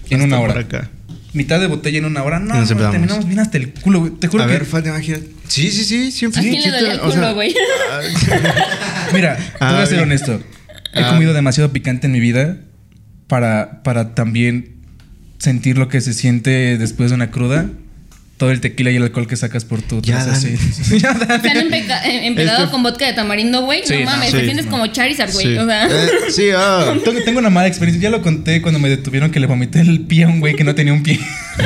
C: en
B: Hasta
C: una
B: por
C: hora.
B: acá.
C: Mitad de botella en una hora. No,
B: Y nos
C: no,
B: empezamos.
C: terminamos bien hasta el culo, güey. Te juro
B: A
C: que.
B: ver, Fátima, gírate. Sí, sí, sí,
D: ¿A
B: siempre.
D: quién le dolía el
B: o sea,
D: culo, güey?
B: ah,
C: mira, te voy
B: Ah,
C: a ser
B: bien.
C: honesto. He
B: Ah.
C: comido demasiado picante en mi vida para, para también sentir lo que se siente después de una cruda. Todo el tequila y el alcohol que sacas por tu
B: Ya,
C: taza,
B: Dani.
C: sí. Ya, Dani.
D: Están empeca- em- empezados
B: Este-
D: con vodka de tamarindo, güey.
C: Sí,
D: no
C: no,
D: mames,
B: sí,
D: te sientes
C: no.
D: como Charizard, güey.
B: Sí.
D: O sea,
B: Eh, sí, ah.
C: Tengo, tengo una mala experiencia. Ya lo conté cuando me detuvieron que le vomité el pie a un güey que no tenía un pie.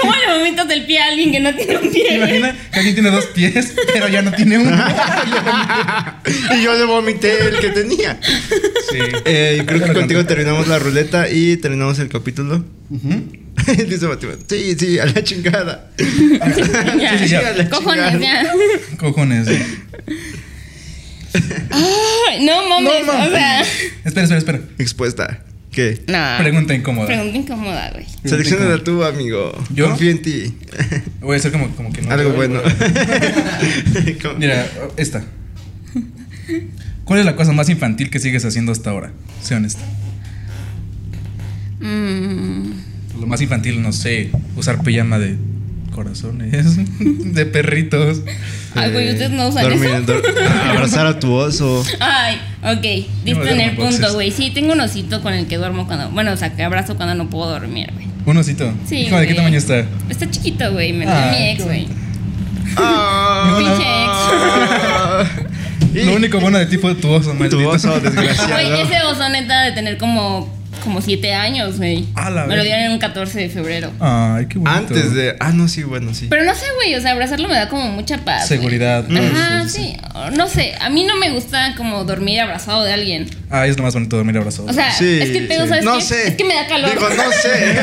D: ¿cómo le vomitas del pie a alguien que no tiene un
C: ¿Te
D: pie? güey?
C: imaginas que alguien tiene dos pies, pero ya no tiene uno?
B: y yo le vomité el que tenía.
C: Sí.
B: Eh, y creo
C: Ya
B: que
C: lo
B: contigo
C: conté.
B: terminamos la ruleta y terminamos el capítulo.
C: Ujú.
B: Dice Batman, sí, sí, a la chingada.
D: Ya.
C: Sí, sí, ya.
B: A la
D: Cojones,
B: chingada.
D: ya.
C: Cojones. eh.
D: Ay, no mames,
C: No mames.
D: o sea.
C: Espera, espera, espera.
B: Expuesta. ¿Qué?
D: No.
C: Pregunta incómoda.
D: Pregunta incómoda, güey.
B: Selecciona tú, amigo.
C: ¿Yo?
B: Confío en ti.
C: Voy a hacer como, como que no.
B: Algo bueno. ¿Cómo?
C: Mira, esta. ¿Cuál es la cosa más infantil que sigues haciendo hasta ahora? Sé honesta.
D: Mm,
C: Lo más infantil, no sé, usar pijama de corazones, de perritos.
D: Ay, güey, ustedes no usan
B: Dormir,
D: eso.
B: dor- Eh, abrazar a tu oso.
D: Ay, ok,
C: Yo
D: diste
C: me
D: en
C: duermo
D: el
C: en boxers.
D: punto, güey. Sí, tengo un osito con el que duermo cuando. Bueno, o sea, que abrazo cuando no puedo dormir, güey.
C: Un osito.
D: Sí,
C: Hijo, ¿De qué
D: güey.
C: tamaño está?
D: Está chiquito, güey. Me lo dio
C: Ay,
D: mi ex,
C: qué
D: güey.
B: Ah.
D: Pinche
B: Y-
C: Lo único bueno de ti fue tu oso, maldito.
B: Tu oso,
D: Güey,
B: desgraciado.
D: ese oso neta de tener como, como siete años, güey.
C: A la
D: Me lo
C: verga.
D: dieron en un 14 de febrero.
C: Ay, qué bonito.
B: Antes de. Ah, no, sí, bueno, sí.
D: Pero no sé, güey, o sea, abrazarlo me da como mucha paz. güey.
C: Seguridad.
D: Ajá,
C: Mm.
D: sí. No sé, a mí no me gusta como dormir abrazado de alguien.
C: Ah, es lo más bonito dormir abrazado.
D: O sea,
B: Sí,
D: es que el pedo,
B: sí.
D: ¿sabes
B: no
D: qué?
B: sé.
D: Es que me da calor.
B: Digo, no sé.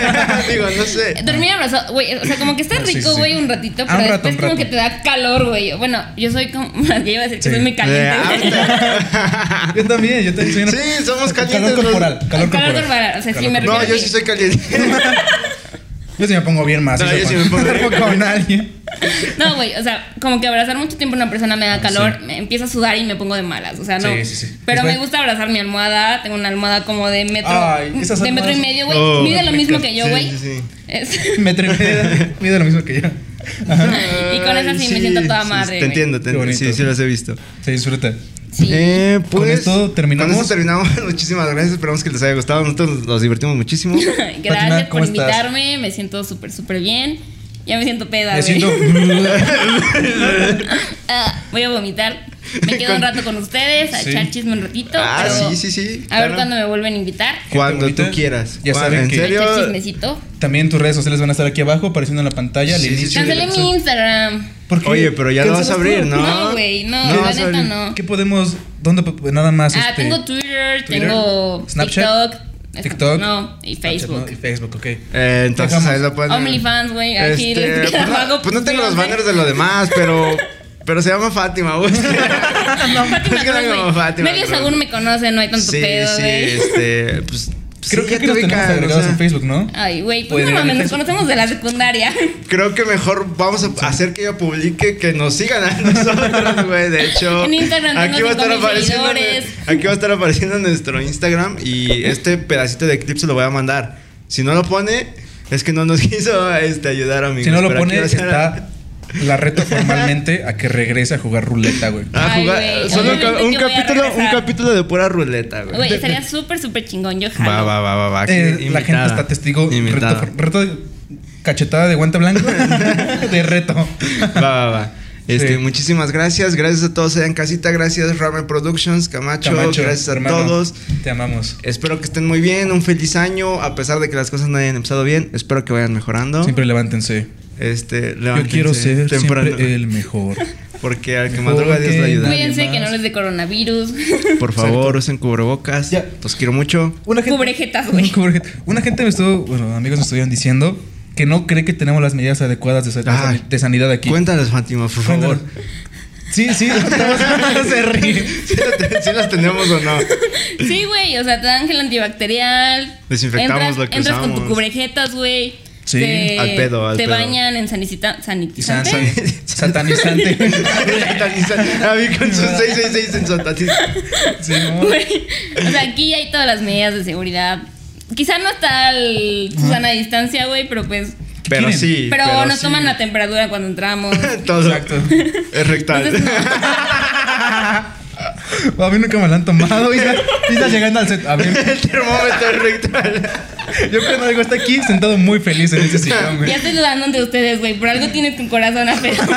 B: Digo, no sé.
D: Dormir abrazado, güey, o sea, como que está
C: Ah, Sí, sí,
D: rico,
C: sí.
D: güey, un ratito,
C: Ah,
D: pero
C: un rato, un
D: después como
C: rato.
D: que te da calor, güey. Bueno, yo soy como, ya iba a decir que
C: Sí.
D: soy muy
B: Eh,
D: caliente. güey.
B: ahorita-
C: yo también, yo también soy una.
B: Sí, somos calientes
C: Calor
B: los-
C: corporal. Calor,
D: Calor corporal, o sea, sí me
B: No, yo sí soy caliente.
C: Yo sí me pongo bien más.
B: No, yo sí me pongo bien
C: con nadie.
D: No, güey, o sea, como que abrazar mucho tiempo a una persona me da calor, me empieza a sudar y me pongo de malas, o sea, no.
C: Sí, sí, sí.
D: Pero
C: Después-
D: me gusta abrazar mi almohada, tengo una almohada como de metro,
C: Ay, esas
D: de metro y
C: almohadas-
D: medio, güey,
B: Oh,
D: mide lo mismo
C: ricas.
D: que yo,
B: Sí,
D: güey.
B: sí, sí.
D: Es-
C: Me tremé. Mide lo mismo que yo. Ajá.
D: Y con esa sí me siento toda madre,
B: Te
D: güey.
B: entiendo, te
C: Qué
B: entiendo.
C: bonito.
B: Sí, sí las he visto.
C: Se disfruta.
D: Sí.
B: Eh, pues,
C: Con esto terminamos.
B: Con esto terminamos. Muchísimas gracias. Esperamos que les haya gustado. Nosotros nos divertimos muchísimo.
D: Gracias por
C: ¿cómo estás?
D: invitarme, me siento súper, súper bien. Ya me siento peda,
C: Me
D: güey.
C: siento.
D: Ah, voy a vomitar. Me quedo un rato con ustedes, a
C: Sí.
D: echar chisme un ratito.
B: Ah,
D: pero
B: sí, sí, sí,
D: A ver
B: claro.
D: cuándo me vuelven a invitar.
B: Cuando
C: bonita.
B: tú quieras.
C: Ya
B: Cuando-
C: saben
B: en
C: que-
D: A
B: serio.
D: echar chismecito.
C: También tus redes sociales van a estar aquí abajo, apareciendo en la pantalla. al
B: Sí, sí,
C: inicio de la
D: Cancelé mi
C: episodio.
D: Instagram.
C: ¿Por qué?
B: Oye, pero ya lo vas a
C: ¿Cancelaste?
B: abrir, ¿no?
D: No, güey, no, la
B: vas a
D: neta
B: abrir.
D: no.
C: ¿Qué podemos? ¿Dónde? po- Nada más.
D: Ah,
C: este,
D: tengo Twitter,
C: Twitter,
D: tengo
C: Snapchat,
D: TikTok.
C: TikTok,
D: No,
C: Snapchat, ¿no?
D: y
C: Y
D: Facebook.
C: Ah, Facebook, ok.
B: Eh, entonces
C: Dejamos.
B: ahí lo pueden.
D: OnlyFans, güey, aquí
B: Este,
D: les
B: pues, no,
D: hago
B: pues no tengo los
D: publicidad,
B: banners de
D: güey.
B: lo demás, pero. Pero se llama Fátima, güey.
D: Fátima
B: Es que no
D: Cruz,
B: como
D: güey.
B: Fátima
D: Medio
B: Cruz.
D: según me conoce, no hay tanto
B: Sí,
D: pedo,
B: sí,
D: güey.
B: este. Pues.
C: Creo,
B: sí,
C: creo
B: ya
C: que
B: te
C: nos tenemos
B: ubican, o
C: agregados
B: sea.
C: en Facebook, ¿no?
D: Ay, güey, pues
C: Pueden
D: no
C: ir a mi
D: mames, nos
C: Facebook.
D: conocemos de la secundaria.
B: Creo que mejor vamos a hacer que ella publique que nos sigan a nosotros, güey. De hecho,
D: En Instagram tengo 5,000 seguidores.
B: aquí va a estar apareciendo nuestro Instagram y este pedacito de clip se lo voy a mandar. Si no lo pone, es que no nos quiso este, ayudar, amigos.
C: Si no lo
B: Pero aquí
C: pone,
B: va a estar-
C: está. La reto formalmente a que regrese a jugar ruleta, güey.
B: A
D: Ay,
B: jugar,
D: güey,
B: solo
D: obviamente
B: ca- un
D: yo voy a
B: capítulo, un
D: regresar.
B: capítulo de pura ruleta, güey.
D: Güey, estaría súper, súper chingón, yo jalo.
B: Va, va, va, va, va. aquí,
C: Eh, la
B: invitada,
C: gente está testigo. Reto,
B: invitada.
C: for- reto de- cachetada de guante blanco. de reto.
B: Va, va, va. Este,
C: Sí.
B: Muchísimas gracias. Gracias a todos allá en casita. Gracias, Ramen Productions, Camacho.
C: Camacho,
B: gracias a
C: hermano,
B: todos.
C: Te amamos.
B: Espero que estén muy bien. Un feliz año. A pesar de que las cosas no hayan empezado bien, espero que vayan mejorando.
C: Siempre levántense.
B: Este,
C: Yo quiero ser
B: temprano.
C: siempre el mejor.
B: Porque al que
C: Mejor
B: madruga Dios
C: que
B: le ayuda.
C: nadie.
D: Cuídense
C: más.
D: que no les dé coronavirus.
B: Por favor, usen cubrebocas.
C: Ya.
B: Los quiero mucho.
C: Una gente,
D: Cubrejetas, güey.
C: Cubrejeta. Una gente me estuvo, bueno, amigos me estuvieron diciendo que no cree que tenemos las medidas adecuadas de, sa- de
B: Ay.
C: san- de sanidad aquí.
B: Cuéntanos, Fátima, por favor.
C: Sí, sí, estamos- se ríe.
B: si las tenemos o no.
D: Sí, güey, o sea, te dan gel antibacterial.
B: Desinfectamos
D: entras,
B: lo que
D: Entras con tu
B: usamos.
D: cubrejetas, güey.
C: Sí,
D: te-
B: al pedo, al
D: Te
B: pedo.
D: bañan en sanicita-
C: Y san-
D: sanitizante.
C: san- satanizante.
B: A mí con sus 666 en Sotatiz.
C: Sí, no.
D: Güey, O sea, aquí hay todas las medidas de seguridad. Quizá no está el Susana a distancia, güey, pero pues.
B: Pero
C: quieren?
B: sí.
D: pero nos
B: sí.
D: toman la temperatura cuando entramos.
B: Todo.
C: Exacto.
B: Es rectal.
D: Entonces, no.
C: A mí nunca me la han tomado. Y ya, y ya llegando al set. A ver,
B: El termómetro rectal.
C: yo cuando digo, está aquí sentado muy feliz en ese sillón, güey.
D: Ya estoy dudando entre ustedes, güey. Por algo tienes tu corazón aferrado.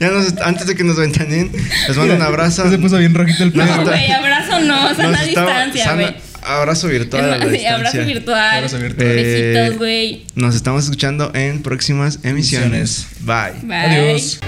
B: Ya nos, est- antes de que nos ventanen, les mando un abrazo.
C: Se puso bien rojito el pelo.
D: No,
B: está-
D: güey, abrazo no, sana
B: Nos estaba-
D: distancia,
B: sana-
D: güey.
B: Abrazo virtual. a la
D: Sí, abrazo
B: distancia.
D: virtual.
C: Abrazo virtual.
B: Eh,
D: Besitos, güey.
B: Nos estamos escuchando en próximas emisiones. Bye.
D: Bye.
C: Adiós.